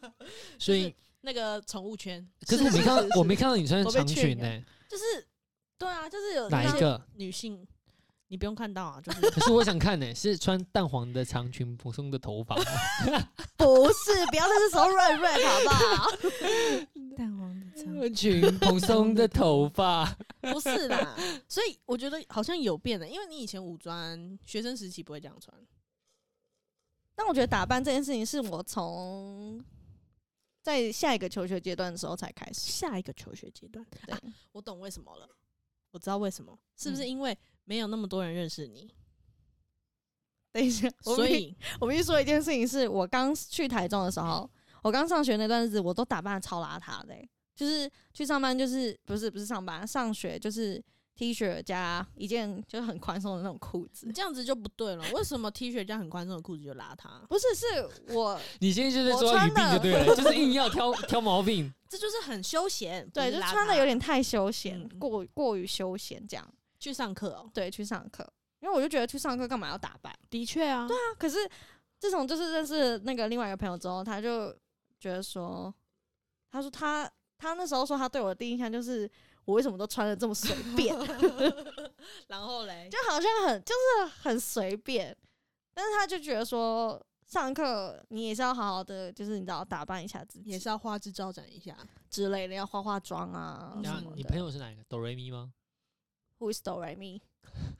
所以
就是那个宠物圈，
可是我没看到，
是是
我没看到你穿
我被
长
劝
裙呢、
了
就是对啊，就是有
哪
那
一个？
女性，你不用看到啊，就是
可是我想看呢、 是穿淡黄的长裙，蓬松的头 发吗。
不是，不要在这时候瑞瑞好 不好？
蛋黄的长
裙，蓬松的头发。
不是啦， 所以我觉得好像有变了，因为你以前五专学生时期不会这样穿，
但我觉得打扮这件事情是我从在下一个求学阶段的时候才开始。
下一个求学阶段，啊
对，
我懂为什么了，我知道为什么，是不是因为没有那么多人认识你，
等一下，我
所
必
以
我必须说一件事情是，我刚去台中的时候，我刚上学那段日子，我都打扮得超邋遢的欸、就是去上班就是不是不是上班，上学就是 T 恤加一件就是很宽松的那种裤
你
子。
这样子就不对了？为什么 T 恤加很宽松的裤子就邋遢？
不是，是我
你现在就是
我
说
穿
语病
的
就对了，就是硬要挑挑毛 病。
这就是很休闲，不
对，
是
就
邋
穿的
遢
有点太休闲
嗯，嗯
过过于休闲这样。
去上课哦。
对，去上课，因为我就觉得去上课干嘛要打扮？
的确啊，对啊，
可是自从就是认识那个另外一个朋友之后，他就觉得说，他说他他那时候说他对我的第一印象就是我为什么都穿的这么随 便，
啊 然后嘞，
就好像很就是很随便，但是他就觉得说。上课你也是要好好的，就是你知道打扮一下自己
也是要花枝招展一下。
之类的，要化化妆啊
嗯
然
什
后
么
你朋
的。
友是哪一个？哆瑞咪吗？
Who is do re mi？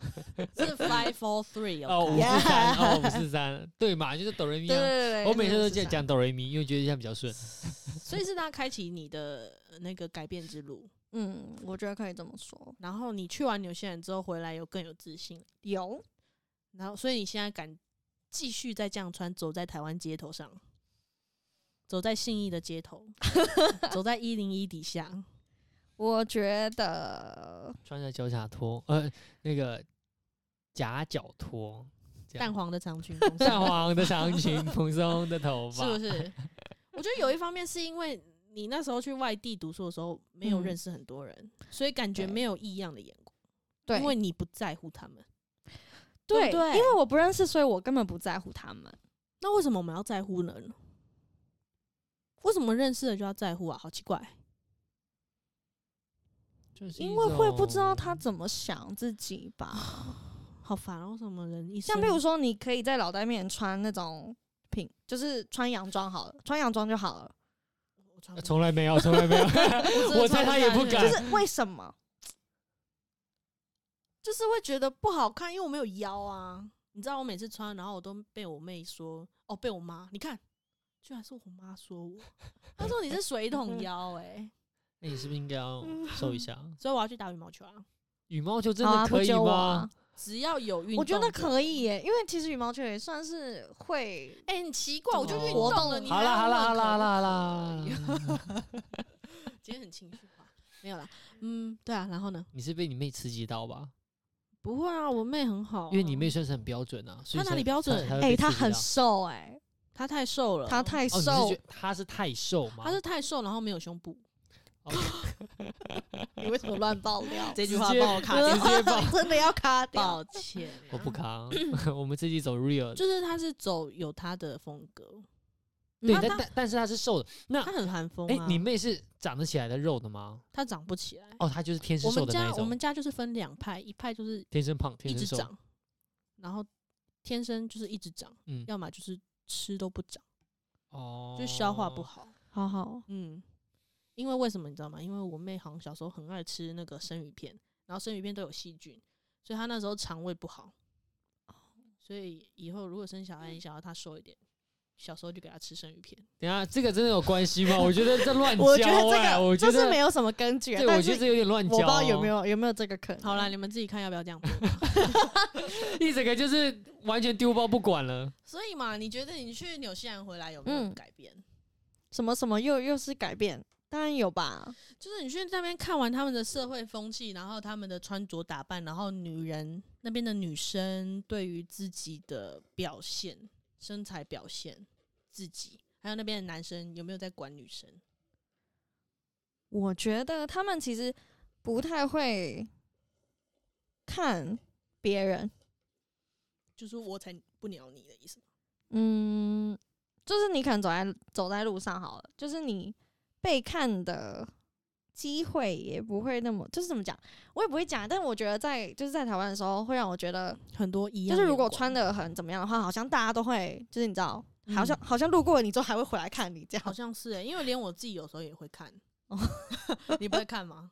是 five four three
哦，五四
哦，
三，
Yeah
哦， 五四三，对嘛，就是哆瑞咪
对对
啊。
对，
我每次都
这
讲讲哆瑞咪，因为觉得这样比较顺。
所以是他开启你的呃那个改变之路。
嗯，我觉得可以这么说。
然后你去完纽西兰之后回来有更有自信，
有，
然后所以你现在敢继续再这样穿，走在台湾街头上，走在信义的街 头，走在一零一底下，
我觉得
穿着脚甲拖，呃，那个夹脚 拖，这样
淡黄的长裙，公司
淡黄的长裙，蓬松的头发
是，不 是？我觉得有一方面是因为你那时候去外地读书的时候没有
嗯
认识很多人，所以感觉
对
没有异样的眼光，
对，
因为你不在乎他们。对
对，
不对
因为我不认识，所以我根本不在乎他们。
那为什么我们要在乎呢？为什么认识了就要在乎啊？好奇怪。
就是
因
一
为会不知道
种
他怎么想自己 吧。
好烦哦！为什么人一生
像比如说，你可以在脑袋面前穿那种品，就是穿洋装好了，穿洋装就好了。
我
呃
上面。
从来没有，从来没有。
真的
我猜
超
他也
担
不
心
敢
就
的
是为什么？
就是会觉得不好看，因为我没有腰啊。你知道我每次穿，然后我都被我妹说，哦，被我妈，你看，居然是我妈说我，她说你是水桶腰哎、
那你是不是应该要瘦一 下？
所以我要去打羽毛球啊。
羽毛球真
嗯好啊
的
不
可以
揪我
吗
啊？？
只要有运动，
我觉得可以。耶，因为其实羽毛球也算是会
哎、很奇怪，我就运
活
动
动
了，
了
你
好
还
啦
要
好啦好
问
啦
可
好
不
啦好
可以
啦！
今天很情绪化，没有啦。嗯，对啊，然后呢？
你是被你妹刺激到吧？
不会啊，我妹很好啊、
因
哦
为你妹算是很标准啊。所以
她哪
才
里标准
才会
哎、
被
他
刺激
很
到哦
瘦哎、
她太瘦了，
他太
哦，你
瘦
是觉，得她是太瘦吗？
她是太瘦，然后没有胸部。
哦
你为什么乱爆料？
这句
直
话
接
帮我卡掉，
直接 爆
真的要卡掉
抱歉啊，
我不扛， 我们自己走 real 的。
就是他是走有他的风格，
对，
他
但
他
但但是她是瘦的。那
他很韩风
哎
啊，，
你妹是长得起来的肉的吗？
他长不起来。
哦，她就是天
我
生瘦
们
的那
家
一
我们
种，
家就是分两派，一派就是
天生胖，
一
天
直
生瘦。
长，然后天生就是一直长，
嗯，
要么就是吃都不长，
哦，
就消化不。好。
好好，
嗯，因为为什么你知道吗？因为我妹好像小时候很爱吃那个生鱼片，然后生鱼片都有细菌，所以她那时候肠胃不好。哦所以以后如果生小孩，你想要她瘦一点，小时候就给她吃生鱼片。
等一下这个真的有关系吗？我觉得 这乱
我觉
交
得这
哎，
个
我觉
就是
得
没有什么根据，啊
对，
但
我
是
觉得这有点乱哦
我
交。
不知道有没有有没有这个可能。
好啦，，你们自己看要不要这样播。
一整个就是完全丢包不管了。
所以嘛，你觉得你去纽西兰回来有没
没有
有改变？
什么什么又又是改变，当然有吧。
就是你去那边看完他们的社会风气，然后他们的穿着打扮，然后女人那边的女生对于自己的表现、身材表现、自己，还有那边的男生有没有在管女生？
我觉得他们其实不太会看别人，
就是我才不鸟你的意思吗。
嗯，就是你可能走在走在路上好了，就是你被看的机会也不会那么，就是怎么讲，我也不会讲。但我觉得在就是在台湾的时候，会让我觉得，
很多一样，
就是如果穿的很怎么样的话，好像大家都会，就是你知道，好像、
嗯
好像路过你之后还会回来看你这
好
样。
像是、欸，因为连我自己有时候也会 看。你不会看吗？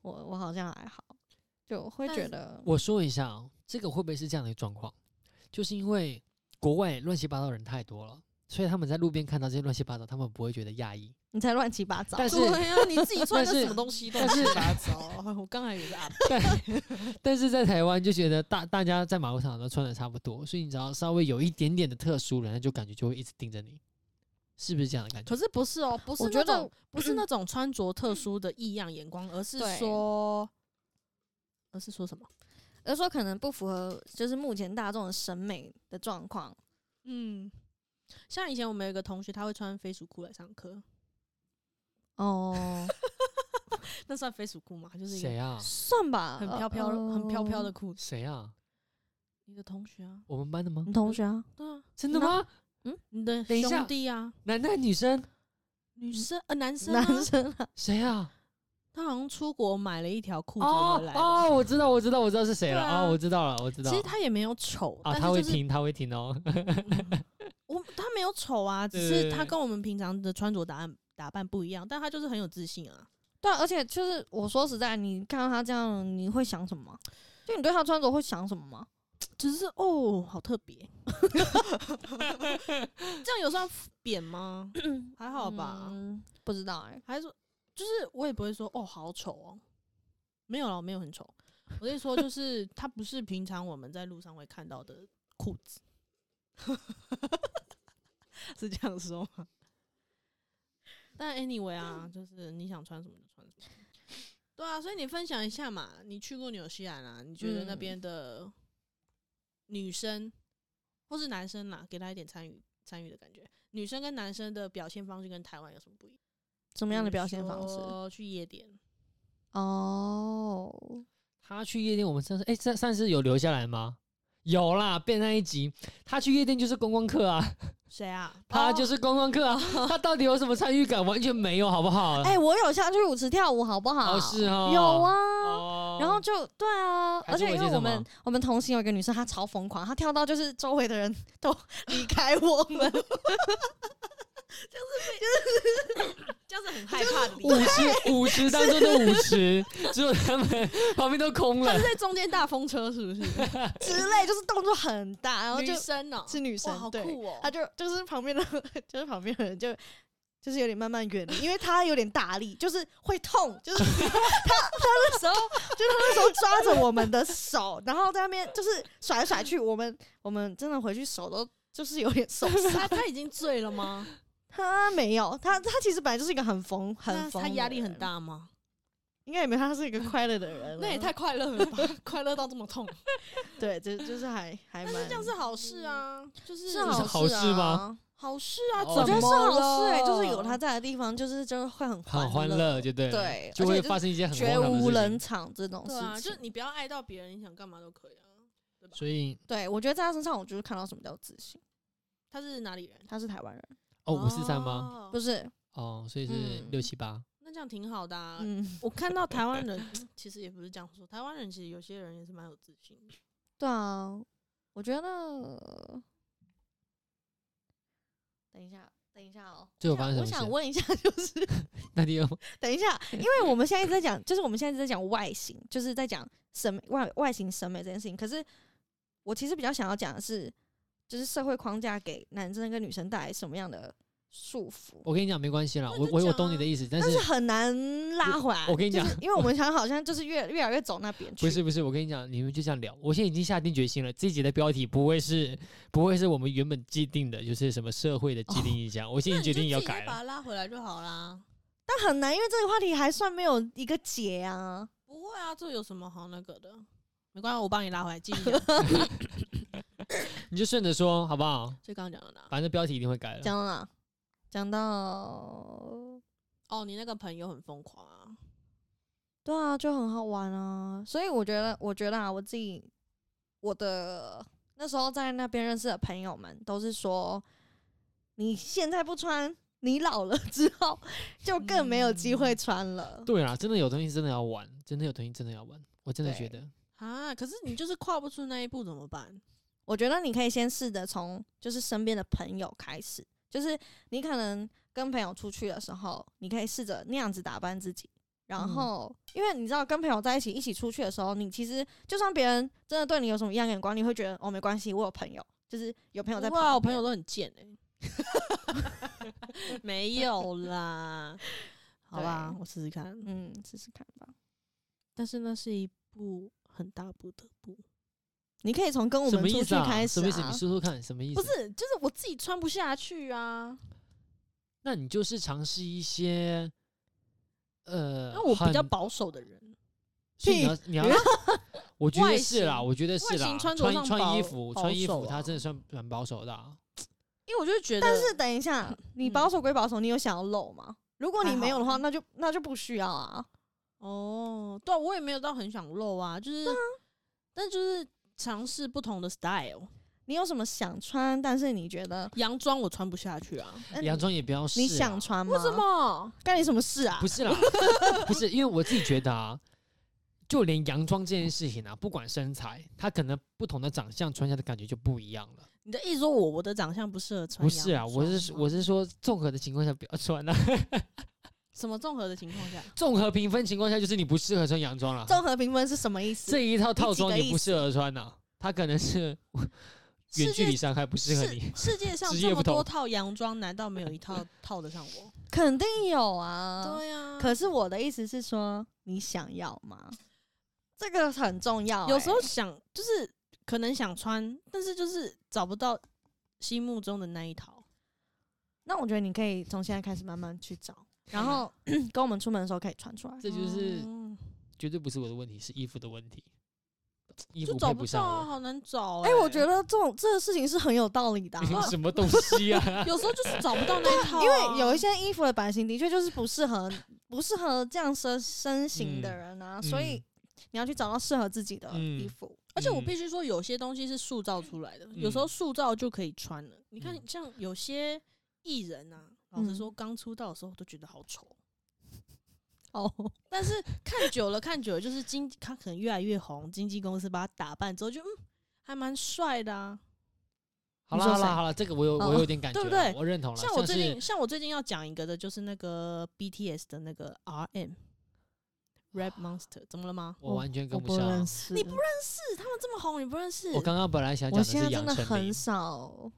我我好像还好，就会
但
觉
是
得
我说一下哦，这个会不会是这样的一个状况？就是因为国外乱七八糟的人太多了，所以他们在路边看到这些乱七八糟，他们不会觉得讶异。
你才乱七八糟。
但是
对呀、你自己穿的
但是
什么东西都
但是
杂糟。 我刚才也是阿啊
但是在台湾就觉得大大家在马路上都穿的差不多，所以你只要稍微有一点点的特殊，人家就感觉就会一直盯着你，是不是这样的感觉？
可是不是哦，不是
我
那
觉得
种不是那种穿着特殊的异样眼光，而是
对
说，而呃是说什么？
而说可能不符合就是目前大众的审美的状况。
嗯，像以前我们有一个同学，他会穿飞鼠裤来上课，
哦，
那算飞鼠裤吗？就是一
谁
个
啊？
算吧，
很飘飘、很飘飘的
呃。
裤子。
谁啊？
你的同学啊，
我们班的吗
你？同学啊，
对啊，
真的吗？
你的
等一下
兄弟啊，
男的还是女生？
女生呃男生、啊、
男生啊，
谁啊？
他好像出国买了一条裤子
哦
回来吧。
哦，我知道，我知道，我知道是谁了。
对啊
哦，我知道了，我知道
其。实他也没有丑，
啊，
但
他会
是就是
听，他会听哦。
嗯我他没有丑啊，只
对
是
对
他
对
跟我们平常的穿着打扮打扮不一样，但他就是很有自信啊。
对啊，而且就是我说实在，你看到他这样，你会想什么吗？就你对他穿着会想什么吗？
只是哦，好特别。 这样有算扁吗？还好吧，
嗯，不知道哎、
还是就是我也不会说哦，好丑哦。没有了，我没有很丑。我跟你说，就是它不是平常我们在路上会看到的裤子，是这样说吗？但 anyway 啊，就是你想穿什么就穿什么。对啊，所以你分享一下嘛，你去过纽西兰啊，你觉得那
嗯
边的女生、或是男生啦，给他一点参与参与的感觉，女生跟男生的表现方式跟台湾有什么不一样？
什
什
么样的表现方式？
去夜店，
哦，
他去夜店，我们上次哎，上上次有留下来吗？有啦，变那一集，他去夜店就是观光客啊，
谁啊？
他就是观光客啊， 他到底有什么参与感？完全没有，好不好？
哎、我有下去舞池跳舞，好不好？
呃哦，是哦，
有啊。
哦，
然后就对啊，
还
而
是我
且因
介
为
绍
我们
吗
我们同行有一个女生，她超疯狂，她跳到就是周围的人 都离开我们，
这样很害怕的地
舞
方，
池舞池当中的舞池，只有他们旁边都空
他
了
是。在中间大风车 是不是？
之类，就是动作很大，然后就
女生哦、
是女生
哇，好
对，
酷哦、
他就就是旁边的， 就是旁边的人就就是有点慢慢远离，因为他有点大力，就是会痛，就是 他他那时候就是他那时候抓着我们的手，然后在那边就是甩来甩去，我们我们真的回去手都就是有点受伤。
他他已经醉了 吗？
他没有，他他其实本来就是一个很疯很
那
疯，
他压力很，大吗？
应该也没有，他是一个快乐的人了，
那也太快乐 了吧！快乐到这么痛，
对，就就是还还蛮
这样是好事啊，就是
是
好
好
好事
事
吗
啊
好事啊，
哦
我觉
怎
得是
么了
好事哎、就是有他在的地方，就是就是会很
很欢
乐，
乐，就对了，
对
就
而且
会
就
发生一些很
绝
荒唐的
无
事
冷
情。
场这种事
对啊，
情。
就你不要爱到别人，你想干嘛都可以啊。
所以，
对我觉得在他身上，我就是看到什么叫自信。
他是哪里人？
他是台湾人，
哦，五四三吗？
哦
不是？
哦，所以是
嗯
六七八。
那这样挺好的、啊。
嗯，
我看到台湾人，其实也不是这样说，台湾人其实有些人也是蛮有自信的。
对啊，我觉得。等一下，等一下哦。
最后
我
发
想
生
我
什么
想
事？
问一下，就是
那你有
等一下，因为我们现在一直在讲，就是我们现在一直在讲外形，就是在讲审美外外形审美这件事情。可是我其实比较想要讲的是，就是社会框架给男生跟女生带来什么样的束缚，
我跟你讲没关系啦，
那
我
就
我有
讲
懂你
啊
的意思，但
但
是
是很难拉回来。
我跟你讲
就是因为我们想好像就是越越来越走那边去，
不是不是，我跟你讲，你们就这样聊。我现在已经下定决心了，这一集的标题不会是不会是我们原本既定的，就是什么社会的既定印象。我现
那
在
哦你
决
就
定要
自己
改
把
了。
他拉回来就好啦。
但很难，因为这个话题还算没有一个结啊。
不会啊，这有什么好那个的？没关系，我帮你拉回来继 续讲。
你就顺着说好不好？
就刚刚讲的啦。
反正标题一定会改了。
讲到哪？讲到
哦，你那个朋友很疯狂啊，
对啊，就很好玩啊。所以我觉得，我觉得啊，我自己我的那时候在那边认识的朋友们，都是说你现在不穿，你老了之后 就更没有机会穿了。
对啊啦，真的有东西真的要玩，真的有东西真的要玩，我真的觉
对
得
啊，可是你就是跨不出那一步怎么办？
我觉得你可以先试着从就是身边的朋友开始，就是你可能跟朋友出去的时候，你可以试着那样子打扮自己。
嗯
然后，因为你知道跟朋友在一起一起出去的时候，你其实就算别人真的对你有什么异样眼光，你会觉得哦没关系，我有朋友，就是有朋友在
不会啊，
旁
我朋
边
友都很贱 哎、没有啦，好吧，
对
我试试看。
嗯试试看吧。
但是那是一步很大步的步，
你可以从跟我
什么
们
意
出去
思啊？
开始、
什
啊，
么意思？你说说看，什么意思？
不是，就是我自己穿不下去啊。
那你就是尝试一些，呃，
那我比较
很，
保守的人，
所以你要你 要，我觉得
外
是啦，
形
我觉得是
外
啦，
形穿着
穿
上
穿衣
保
服，
保
穿衣
守
服，它
啊
真的算蛮保守的啊。
因为我就觉得，
但是等一 下，你
嗯
保守归保守，你有想要露吗？如果你
还好
没有的话，
欸
那就那就不需要啊。
哦，对啊、我也没有到很想露啊，就是，但就是尝试不同的 style。
你有什么想穿，但是你 觉得
洋装我穿不下去啊，
呃
洋装也不要试啊，
你想穿吗？
为什么？
干你什么事啊？
不是 啦，不是，因为我自己觉得啊，就连洋装这件事情啊，不管身材，它可能不同的长相穿起来的感觉就不一样了。
你的意思说我我的长相不适合穿
不
洋
是啊，我是
装吗
我是说，综合的情况下不要穿啊，
什么综合的情况下？
综合评分情况下就是你不适合穿洋装了。
综合评分是什么意思？
啊这一套套装
几个
你不
意
适合穿呐、啊它可能是远距
世界
离伤害不适合
世
你。
世界 上
职
这
业
么
不同
多套洋装，难道没有一套套得上 我？
肯定有啊。
对啊，
可是我的意思是说，你想要吗？这个很重要欸、
有时候想就是可能想穿，但是就是找不到心目中的那一套。
那我觉得你可以从现在开始慢慢去找，然后 跟我们出门的时候可以穿出来。
哎这就是
嗯
绝对不是我的问题，是衣服的问题，衣
就
服
找
配
不到
上
啊，
我。
好难找
哎、
欸
我觉
啊
得这种这个事情是很有道理 的啊、
什么东西 啊？
有时候就是找不到 那一套啊，
因为有一些衣服的版型的确就是不适合不适合这样身身形的人啊，所以
嗯
你要去找到适合自己的
嗯
衣服。
而且我
嗯
必须说，有些东西是塑造出来的，有时候
嗯
塑造就可以穿了。你看
嗯，
像有些艺人啊，老实
嗯
说，刚出道的时候都觉得好丑，
哦，
但是看久了，看久了就是经他可能越来越红，经纪公司把他打扮之后就，嗯，还蛮帅的啊。
好
你
啦
说
好啦
谁
好啦，这个我有我
哦
有点感觉
对
了，
不对
我认同了。
像我最
是
近，像我最近要讲一个的，就是那个 BTS 的那个 RM Red Monster，怎么了吗？
我
我
完全
我
跟
不
上啊
认。识，
你不认识，他们这么红，你不认识？
我刚刚本来想
我
讲的
现在
是杨
真的
丞
很
琳，
少，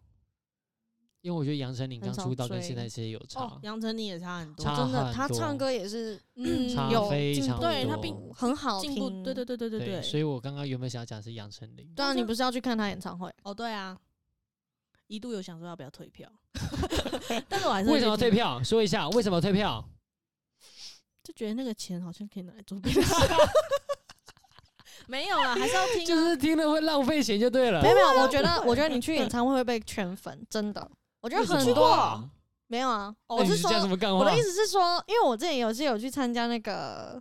因为我觉得杨丞琳
很
刚
少
出道跟
追
现在其实有差
哦，，杨丞琳也差很多
差，
真的，
很
他
多
唱歌也是
嗯
差
有
非
进
常
步，
对他并
很好
进步
听，，啊
对对对对对对，
所以我刚刚原本想讲是杨丞琳，
对啊，你不是要去看他演唱会？
哦对啊，一度有想说要不要退票， 但是我还是
为什么
会
要
去
退
听？
票？说一下为什么退票？
就觉得那个钱好像可以拿来做别的事， 没有啦，还是要听
就
啊。
是听了会浪费钱就对了
没。有没有，我觉得 我觉得你去演唱会会被圈粉，真的，我觉得
为
很
什么
多
啊
没有啊，
那
哦
我
你
是
是
说
讲什么干
我
话
的意？思是说，因为我之前有是有去参加那个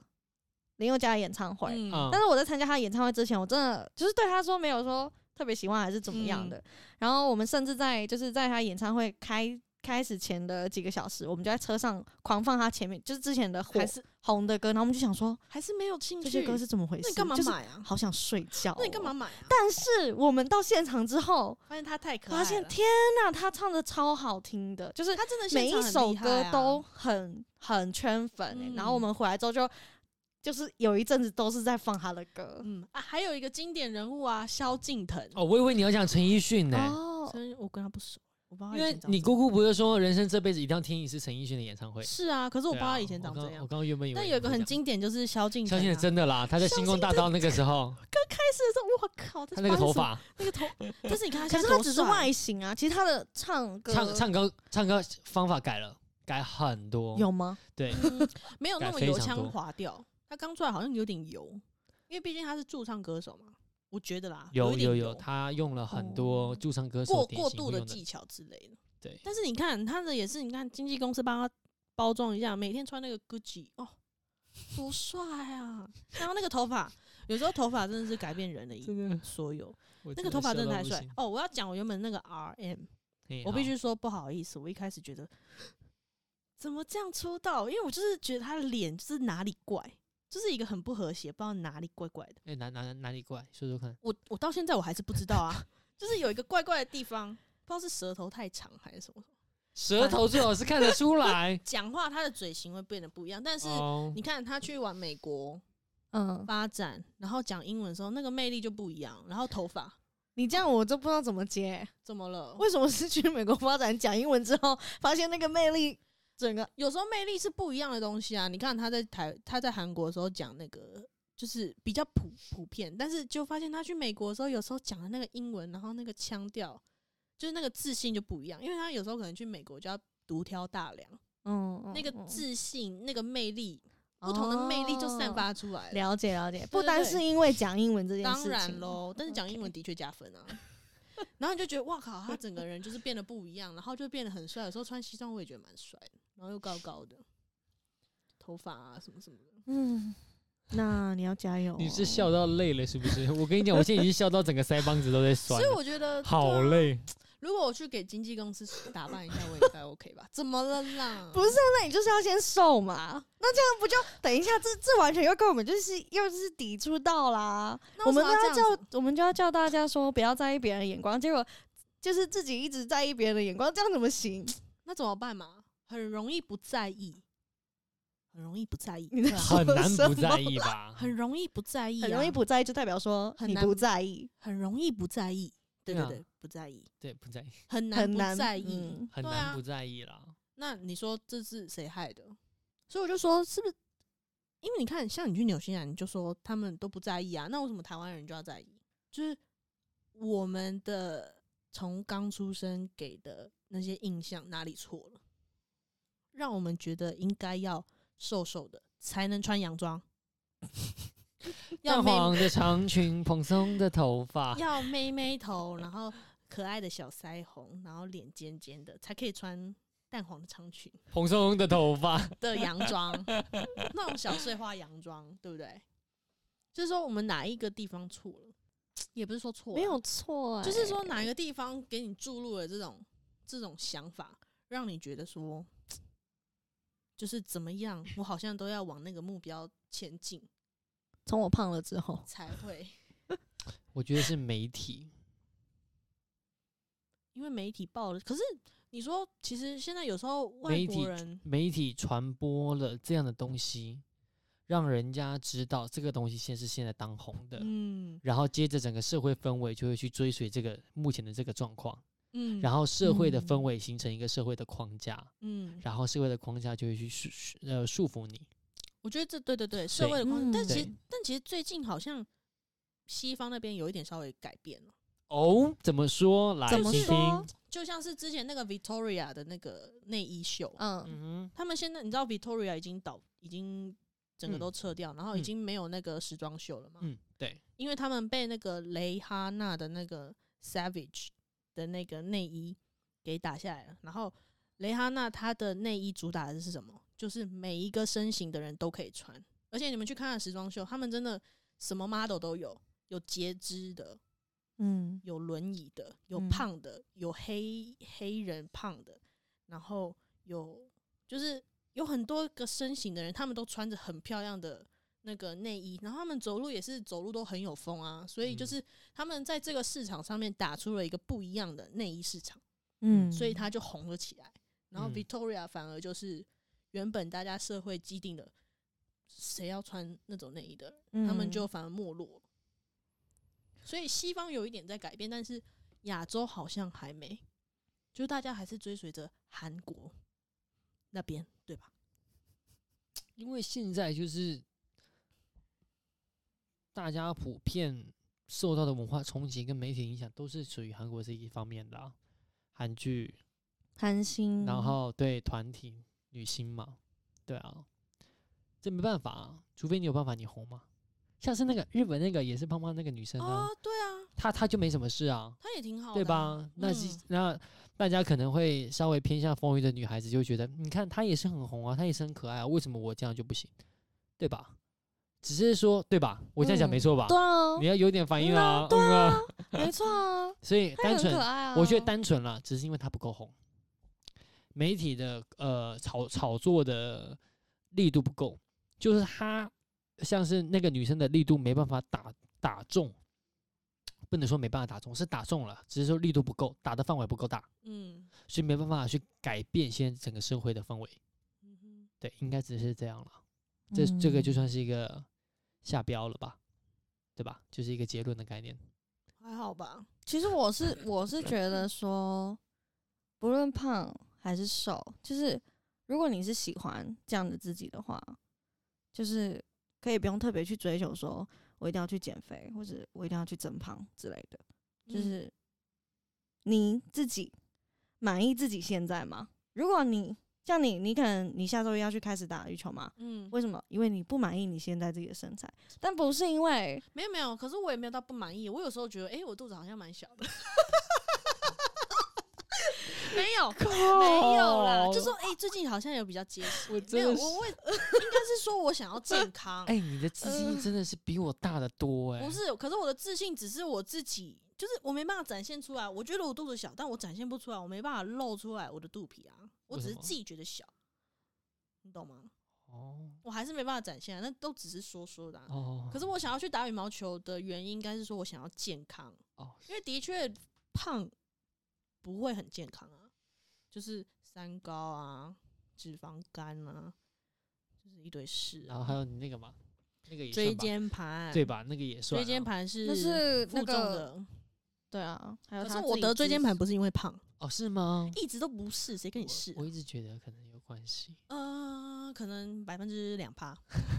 林宥嘉的演唱会，
嗯
嗯
但是我在参加他演唱会之前，我真的就是对他说没有说特别喜欢还是怎么
嗯
样的。然后我们甚至在就是在他演唱会开开始前的几个小时，我们就在车上狂放他前面就是之前的火
还是
红的歌，然后我们就想说
还是没有兴
这
趣。
些歌是怎么回事？
那你干嘛
就是
买啊？
好想睡觉、哦
那你干嘛？买啊？
但是我们到现场之后，
发现他太
啊
可爱
发
了，
现天呐，他唱的超好听的，就是
他真的现
每一
场很
首
厉害
歌
啊
都很很圈粉、欸然后我
嗯
们回来之后就就是有一阵子都是在放他的歌。
嗯啊，还有一个经典人物啊，萧敬腾。
哦，我以为你要讲陈奕迅呢、
哦，
所以我跟他不熟，我不知道他以
因为
前长
你
怎
姑姑不是说人生这辈子一定要听一次陈奕迅的演唱会
样？是啊，可是我
对
不知
啊
道他以前长
我刚
怎样
我。刚刚原本以为
但
你
有一个
会
很
讲
经典，就是萧敬腾
萧
啊。
敬腾真的啦，他在
萧
星光
敬
大
腾
道那个时候，
开始的时候，我靠， 这
他那个
发生
头
什么，
发、
那个 头，但是你看他
可
现
是
在
他
多
只是
帅
外形啊，其实他的唱歌
唱唱歌、唱歌方法改了，改很多。
有吗？
对，
嗯没有那
改
么
非
油
常
腔
多
滑调。他刚出来好像有点油，因为毕竟他是驻唱歌手嘛，我觉得啦，
有
一点哦
有有，他用了很多驻唱歌手
过
典
过
型
度
会
的
用
技巧之类的。
对，
但是你看他的也是，你看经纪公司帮他包装一下，每天穿那个 Gucci 哦，多帅 啊！然后那个头发，有时候头发真的是改变人的一
真的
所有。
我
那
真
个
的
头发
笑
真的
到
太
不
帅
行
哦！我要讲我原本那个 RM，
嘿
我必
好
须说不好意思，我一开始觉得怎么这样出道，因为我就是觉得他的脸就是哪里怪，就是一个很不和谐，不知道哪里怪怪的。
哎哪哪哪里怪，说说看。
我我到现在我还是不 知道啊，就是有一个怪怪的地方，不知道是舌头太长还是什么，，
舌头最好是看得出来
讲话他的嘴型会变得不一样。 但是
哦
你看他去往美国
嗯，
发展，然后讲英文的时候，那个魅力就不一样。然后头发
你这样我就不知道怎么接。欸
怎么了？
为什么是去美国发展讲英文之后，发现那个魅力整个
有时候魅力是不一样的东西啊。你看他在台他在韩国的时候讲那个就是比较普普遍，但是就发现他去美国的时候，有时候讲的那个英文，然后那个腔调，就是那个自信就不一样。因为他有时候可能去美国就要独挑大梁，
嗯
那个
嗯
自信、那个魅力，不同的魅力就散发出来
哦
了。
了解了解，
对
不
对
单是因为讲英文这件事
当
情，哦
然喽，但是讲英
OK
文的确加分啊。然后你就觉得哇靠，他整个人就是变得不一样，然后就变得很帅。有时候穿西装我也觉得蛮帅的，然后又高高的，头发啊什么什么的。
嗯，那你要加油哦、
你是笑到累了是不是？ 我跟你讲，我现在已经笑到整个腮帮子都在酸
所以
了，
我觉得
好。
对啊
累。
如果我去给经纪公司打扮一下，我应该 OK 吧？怎么了啦？
不是啊？那你就是要先瘦嘛。那这样不就等一下？这这完全又跟我们就是又是抵触到啦。
那
我
为什
们
么
都要
这样
叫我们就要叫大家说不要在意别人的眼光，结果就是自己一直在意别人的眼光，这样怎么行？
那怎么办嘛？很容易不在意，很容易不在意，
你在
对啊
说
很难
什
不在
么
意吧？
很容易不在意啊，
很容易不在意，就代表说
很
你
难
不在意，
很容易不在意。对
对
对
啊
对，不在意，
对，不在意，
很难
很
不
难
在意。
嗯
很
对
难
啊
不在意啦。
那你说这是谁害的？所以我就说，是不是？因为你看，像你去纽西兰，你就说他们都不在意啊，那为什么台湾人就要在意？就是我们的从刚出生给的那些印象哪里错了，让我们觉得应该要瘦瘦的才能穿洋装，要
淡
妹
黄啊的长裙，蓬松的头发，
要妹妹头，然后可爱的小腮红，然后脸尖尖的才可以穿淡黄的长裙。
蓬松的头发，
的洋装，那种小碎花洋装，对不对？就是说我们哪一个地方错了，也不是说错啊，
没有错、欸，
就是说哪一个地方给你注入了这种这种想法，让你觉得说，就是怎么样，我好像都要往那个目标前进
从我胖了之后，
才会。
我觉得是媒体。
因为媒体报了。可是你说，其实现在有时候外
媒体
国人
媒体传播了这样的东西，让人家知道这个东西现在是现在当红的，
嗯
然后接着整个社会氛围就会去追随这个目前的这个状况，
嗯，
然
后
后社会的氛
嗯
围形成一个社会的框架，
嗯，
然后社会的框架就会去束束呃束缚你。
我觉得这对对对，社会的关系。
嗯
但其实
对
但其实最近好像西方那边有一点稍微改变了，
哦，怎么说？来
怎么
听
说
听。？
就像是之前那个 Victoria 的那个内衣秀，
嗯，
嗯
他们现在你知道 Victoria 已经倒已经。整个
嗯
都撤掉，然后已
嗯
经没有那个时装秀了嘛？
哼，嗯，对，
因为他们被那个雷哈娜的那个 Savage 的那个内衣给打下来了。然后雷哈娜她的内衣主打的是什么？就是每一个身形的人都可以穿，而且你们去看看时装秀，他们真的什么 model 都有，有截肢的，
嗯，
有轮椅的，有
嗯
胖的，有黑黑人胖的，然后有就是有很多个身形的人，他们都穿着很漂亮的那个内衣，然后他们走路也是走路都很有风啊，所以就
嗯
是他们在这个市场上面打出了一个不一样的内衣市场，
嗯，
所以它就红了起来。然后
嗯
Victoria 反而就是原本大家社会既定的谁要穿那种内衣的人他们
嗯
就反而没落。所以西方有一点在改变，但是亚洲好像还没，就大家还是追随着韩国那边，对吧？
因为现在就是大家普遍受到的文化冲击跟媒体影响，都是属于韩国这一方面的、啊，韩剧，
贪心，
然后对团体女星嘛，对啊，这没办法、啊，除非你有办法你红嘛。像是那个日本那个也是胖胖那个女生啊，
啊，对啊，
她她就没什么事啊，
他也挺好的啊、
对吧？那是、
嗯
那大家可能会稍微偏向风雨的女孩子，就会觉得你看她也是很红啊，她也是很可爱啊，为什么我这样就不行？对吧？只是说对吧？我这样讲没
嗯
错吧？
对啊
你，要有点反应
嗯啊
啊，
对
嗯
啊，没 错啊，
所以
他
单
也很
纯
可，爱
嗯
啊，
我觉得单纯啦，只是因为她不够红，媒体的呃炒炒作的力度不够，就是她像是那个女生的力度没办法打打中。不能说没办法打中，是打中了，只是说力度不够，打的范围不够大。
嗯
所以没办法去改变现在整个社会的氛围。
嗯哼
对，应该只是这样了。这、这个就
嗯
嗯
算是一个下标了吧，对吧？就是一个结论的概念。
还好吧，
其实我是我是觉得说，不论胖还是瘦，就是如果你是喜欢这样的自己的话，就是可以不用特别去追求说我一定要去减肥，或者我一定要去增胖之类的。就
嗯
是你自己满意自己现在吗？如果你像你，你可能你下周要去开始打羽球嘛？
嗯，
为什么？因为你不满意你现在自己的身材，但不是因为
没有没有，可是我也没有到不满意。我有时候觉得，哎、我肚子好像蛮小的。 没有，没有啦，就说哎、诶最近好像有比较结实一
我
点。没有，
真的
我我应该是说我想要健康，
哎、你的自
呃
信心真的是比我大得多哎、
不是，可是我的自信只是我自己，就是我没办法展现出来。我觉得我肚子小，但我展现不出来，我没办法露出来我的肚皮啊。我
为
只
什
是
么
自己觉得小，你懂吗？
哦
我还是没办法展现、啊，那都只是说说的啊、
哦，
可是我想要去打羽毛球的原因，应该是说我想要健康，
哦
因为的确胖不会很健康啊，就是三高啊、脂肪肝啊，就是一堆事
然后
啊。
还有你那个嘛，那个也
椎
算吧
间盘，
对吧？那个也算、
椎
啊。
间盘是
那是
负重
那个
的，
对啊，还有
可
他
是我
自己
得椎
自
间
己
盘不是因为胖，
哦，是吗？
一直都不是，谁跟你
我
是啊
我？一直觉得可能有关系。
呃，可能百分之两趴，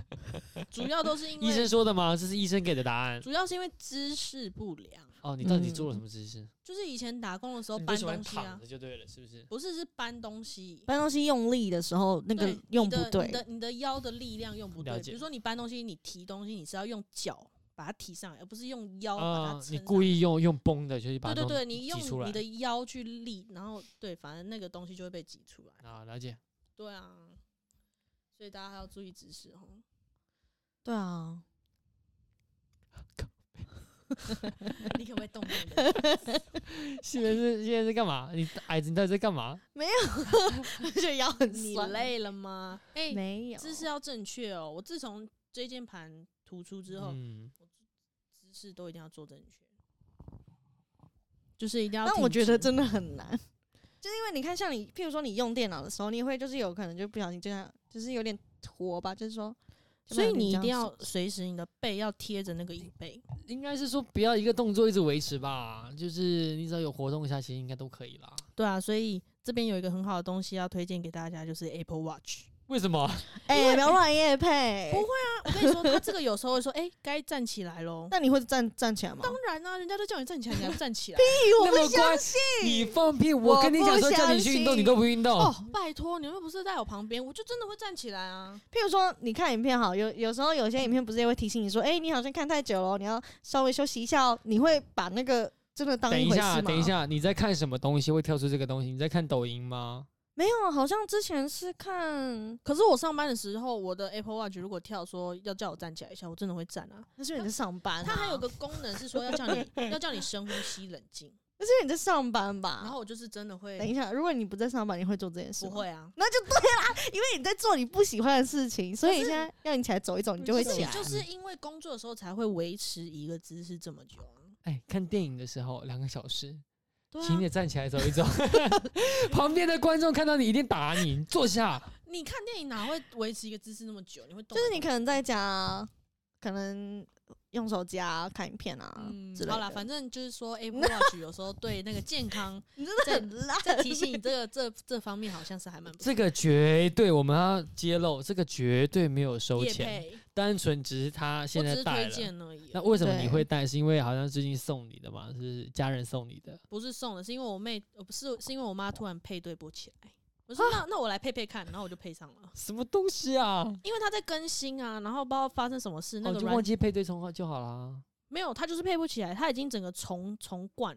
主要都是因
医生
为
说的吗？这是医生给的答案。
主要是因为姿势不良，
哦，你到底做了
嗯
什么姿势？
就是以前打工的时候
你
搬
都喜欢
东西啊
躺着，就对了，是不是？
不是是搬东西。
搬东西用力的时候，那
对
个用不
你的你的你的腰的力量用不
了
对。
解
比如说你搬东西，你提东西，你是要用脚把它提上来，而不是用腰把
啊
它撑，上
你
来、
故意用用崩的，就是把它
对对
弄
对，你
挤
用
出来
你的腰去力，然后对，反正那个东西就会被挤出来。
啊，了解。
对啊，所以大家还要注意姿势哦。
对啊，
你可不可以动动你 的？
现在是现在是干嘛？你矮子，你到底在干嘛？
就腰很
你
酸，
累了吗？哎、
没有，
姿势要正确哦。我自从椎间盘 突出之后，
嗯，
姿势都一定要做正确。就是一定要停
但
止。
我觉得真的很难，就是因为你看，像你，譬如说你用电脑的时候，你也会就是有可能就不小心就像就是有点拖吧，就是说，就不
所以
小心
你一
这
定
样
要随时你的背要贴着那个椅背。
应该是说不要一个动作一直维持吧，就是你只要有活动一下，其实应该都可以啦。
对啊，所以这边有一个很好的东西要推荐给大家，就是 Apple Watch。
为什么？
哎、不要乱夜配，
不会啊，我跟你 说，它这个有时候会说，哎、该站起来喽。
那你会站站起来吗？
当然啊，人家都叫你站起 来，你还不站起来？
然
那么乖，你放屁！我
我
跟你
不
讲说叫你
相
去运动，你
信
都不运动。
哦，拜托，你们又不是在我旁边，我就真的会站起来啊。
譬如说，你看影片好，有有时候有些影片不是也会提醒你说，哎、你好像看太久了哦，你要稍微休息一下哦。你会把那个真的当
等
一
一
回事吗？
下，等一，下，你在看什么东西会跳出这个东西？你在看抖音吗？
没有，好像之前是看，
可是我上班的时候，我的 Apple Watch 如果跳说要叫我站起来一下，我真的会站啊。
那是因为你在上班、
它还有，个功能是说要叫 你要叫你深呼吸、冷静，
那是因为你在上班吧？
然后我就是真的
等
会
一下，如果你不在上班，你会做这件事？
不。会啊，
那就对啦，因为你在做你不喜欢的事情，所以
可
现
是
在要你起来走一走，你就会
可是
起
你
来。
就是因为工作的时候才会维持一个姿势这么久啊。
哎，看电影的时候两个小时，
对
请
啊，
你站起来走一走。 旁边的观众看到你一定打你，你坐下。
你看电影哪会维持一个姿势那么久？你会动来
就是
动
你可能在家，可能用手机啊、看影片啊、
嗯
之类，的。
好啦，反正就是说 Apple Watch 有时候对那个健康
你真的很烂。
在提 醒你这个这这方面好像是还蛮不错
这个绝对我们要揭露，这个绝对没有收
业
钱，
配，
单纯只是他
我
现
只
在
是
带
推
了。
荐而已啊
那。为什么你
对
会带？是因为好像最近送你的嘛，是家人送你的。
不是送的，是因为我妹，呃，不是，是因为我妈突然配对不起来。我说
啊
那那我来配配看，然后我就配上了，
什么东西啊？
因为她在更新啊，然后不知道发生什么事，那
哦，
个
就
软
忘记配对充号就好啦。
没有，她就是配不起来，她已经整个重重灌，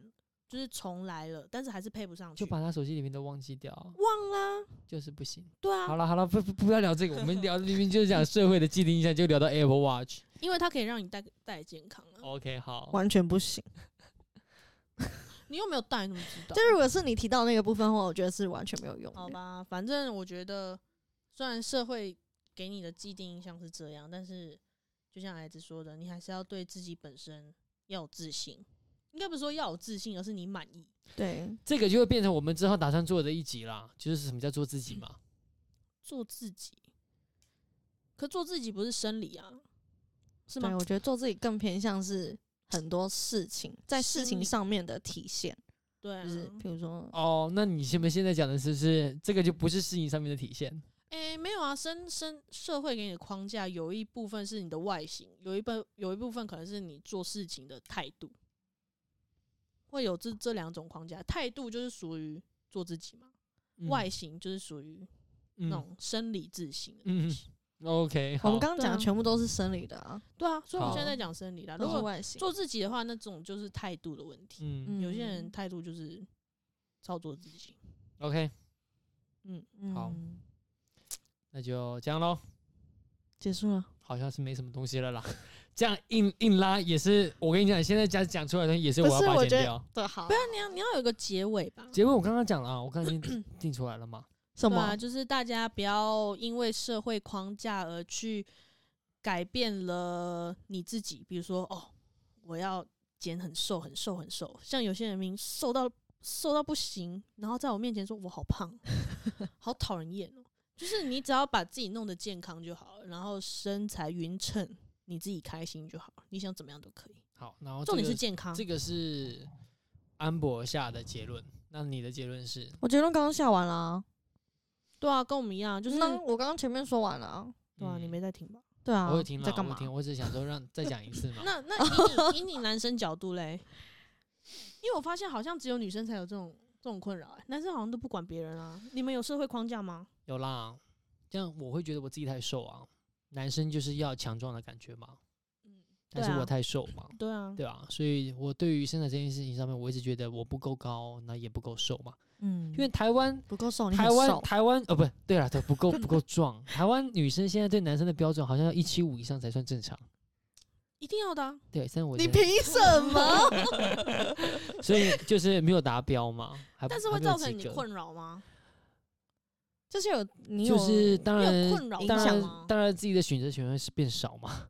就是重来了，但是还是配不上去，
就把他手机里面都忘记掉，
忘啦，
就是不行。
对
好
啊，
了好了，不不不要聊这个，我 们聊明明就是讲社会的既定印象，就聊到 Apple Watch。
因为它可以让你带带健康
嗯
啊，
OK，好，
完全不行。
你又没有带，你怎么知道？
就是如果是你提到那个部分的话，我觉得是完全没有用的。
好吧，反正我觉得，虽然社会给你的既定印象是这样，但是就像孩子说的，你还是要对自己本身要有自信。应该不是说要有自信，而是你满意。
对，
这个就会变成我们之后打算做的一集啦，就是什么叫做自己嘛。
做自己。可做自己不是生理啊，是
对，
吗
我？觉得做自己更偏向是很多事情在事
心
情
理
上面的体现，
对啊
就，是譬如说，
哦，那你现不现在讲的是不是这个就不是事情上面的体现？
诶、没有啊，生生社会给你的框架有一部分是你的外形，有一部有一部分可能是你做事情的态度，会有这这两种框架。态度就是属于做自己嘛，
嗯
外形就是属于那
嗯
种生理自信的
嗯
东西。
，OK，
我
好
们，刚刚讲
对
的
啊
全部都是生理的啊，
对啊，所以我们
好
现在在讲生理啦。
都
如
是
果
外形。
做自己的话，那种就是态度的问题。
嗯
嗯
有些人态度就是操作自己。
，OK，
嗯，
好
嗯
那就这样喽，
结束了。
好像是没什么东西了啦。 这样硬硬拉也是，我跟你讲，现在讲讲出来的东西也是我
不
要
是
把
我
它
觉
剪
得
掉。
对，好
不，然
啊
你要你要有一个结尾吧。
结尾我刚刚讲了啊，我刚刚已 经定出来了嘛。
什
对啊，
么？
就是大家不要因为社会框架而去改变了你自己。比如说，哦，我要减很瘦、很瘦、很瘦，像有些人明明瘦到瘦到不行，然后在我面前说我好 胖，好讨人厌哦。就是你只要把自己弄得健康就好了，然后身材匀称，你自己开心就好了，你想怎么样都可以。
好，然哦后这
重点
个
是健
啊
康。
这个是安博下的结论。那你的结论是？
我结论刚刚下完了啊，
对啊，跟我们一样，就
就是是我刚刚前面说完了啊。
对啊，你
嗯
没在听吧？
对啊，
我有听
你
了，
在干
我有
嘛？
听，我只是想说让再讲一次 嘛。
那那以你以你男生角度嘞，因为我发现好像只有女生才有这种这种困扰、欸，男生好像都不管别人啊。你们有社会框架吗？
有啦，这样我会觉得我自己太瘦啊。男生就是要强壮的感觉嘛，
嗯，
但是
对啊
我太瘦嘛，
对啊，
对啊，所以我对于身材这件事情上面，我一直觉得我不够高，那也不够瘦嘛。
嗯，
因为台湾，
不够瘦，你很
台湾，
瘦
台湾，呃，不对 啦，对，不够不够壮。台湾女生现在对男生的标准好像要一七五以上才算正常。
一定要 的啊、
对，但是我
你
现在
凭什 么？
所以就是没有达标嘛，还
但是
还
会
没有
造成
及
你
格
困扰吗？
就是有你有
就是当
你
然
有困扰
影
当
到
响
然
吗，
当然自己的选择权会是变少嘛，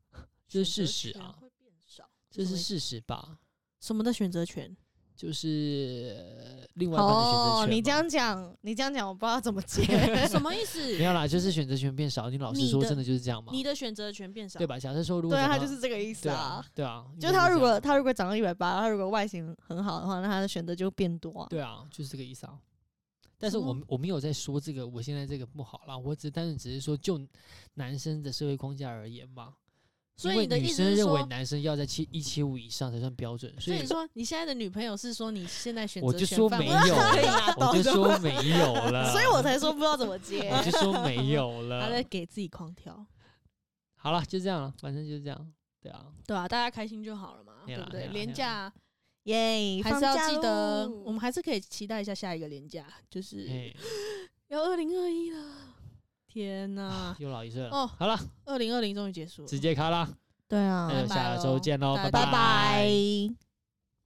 这是
选
事实
择权
啊
会变少
这
什
是
么意思
事实吧？
什么的选择权？
就是呃另外一半的选择权嘛。
哦，你这样讲，你这样讲，我不知道怎么接。
什么意思？
没有啦，就是选择权变少。你老实
你
说，
的
真的就是这样嘛？
你的选择权变少，
对？吧？假设说，如果
对啊，
想
他
要
就是这个意思
对
啊
啊。，对啊，
就
应
是
该
他
这
如果
样
他如果长到一百八，他如果外形很好的话，那他的选择就变多啊。
对啊，就是这个意思啊。但是
什么
我们我没有在说这个，我现在这个不好啦，我只单纯只是说就男生的社会框架而言嘛。
所以
因为
你的
女
意思
生
是
认为
说
男生要在七一七五以上才算标准，
所
所
以
以
你说你现在的女朋友是说你现在选
我
择
就
权
说
范围
没有啊
可以拿到
我就
的
说没 有了，
所以 我才说不知道怎么 接。
我就说没有
他
了
在。给自己狂挑，
好了，就这样了，反正就这样。对啊，
对啊，大家开心就好了嘛，
对
对
啦
不
对
对？
啦
廉
对
价
耶，
还是要
放假
记得，
喽
我们还是可以期待一下下一个廉价，就是
哎，
要二零二一了，天哪，
又老一岁了。
哦
好了，
二零二零终于结束了，
直接卡啦，
对啊
那就
拜拜
下
咯
周见喽，
大家
拜
拜拜。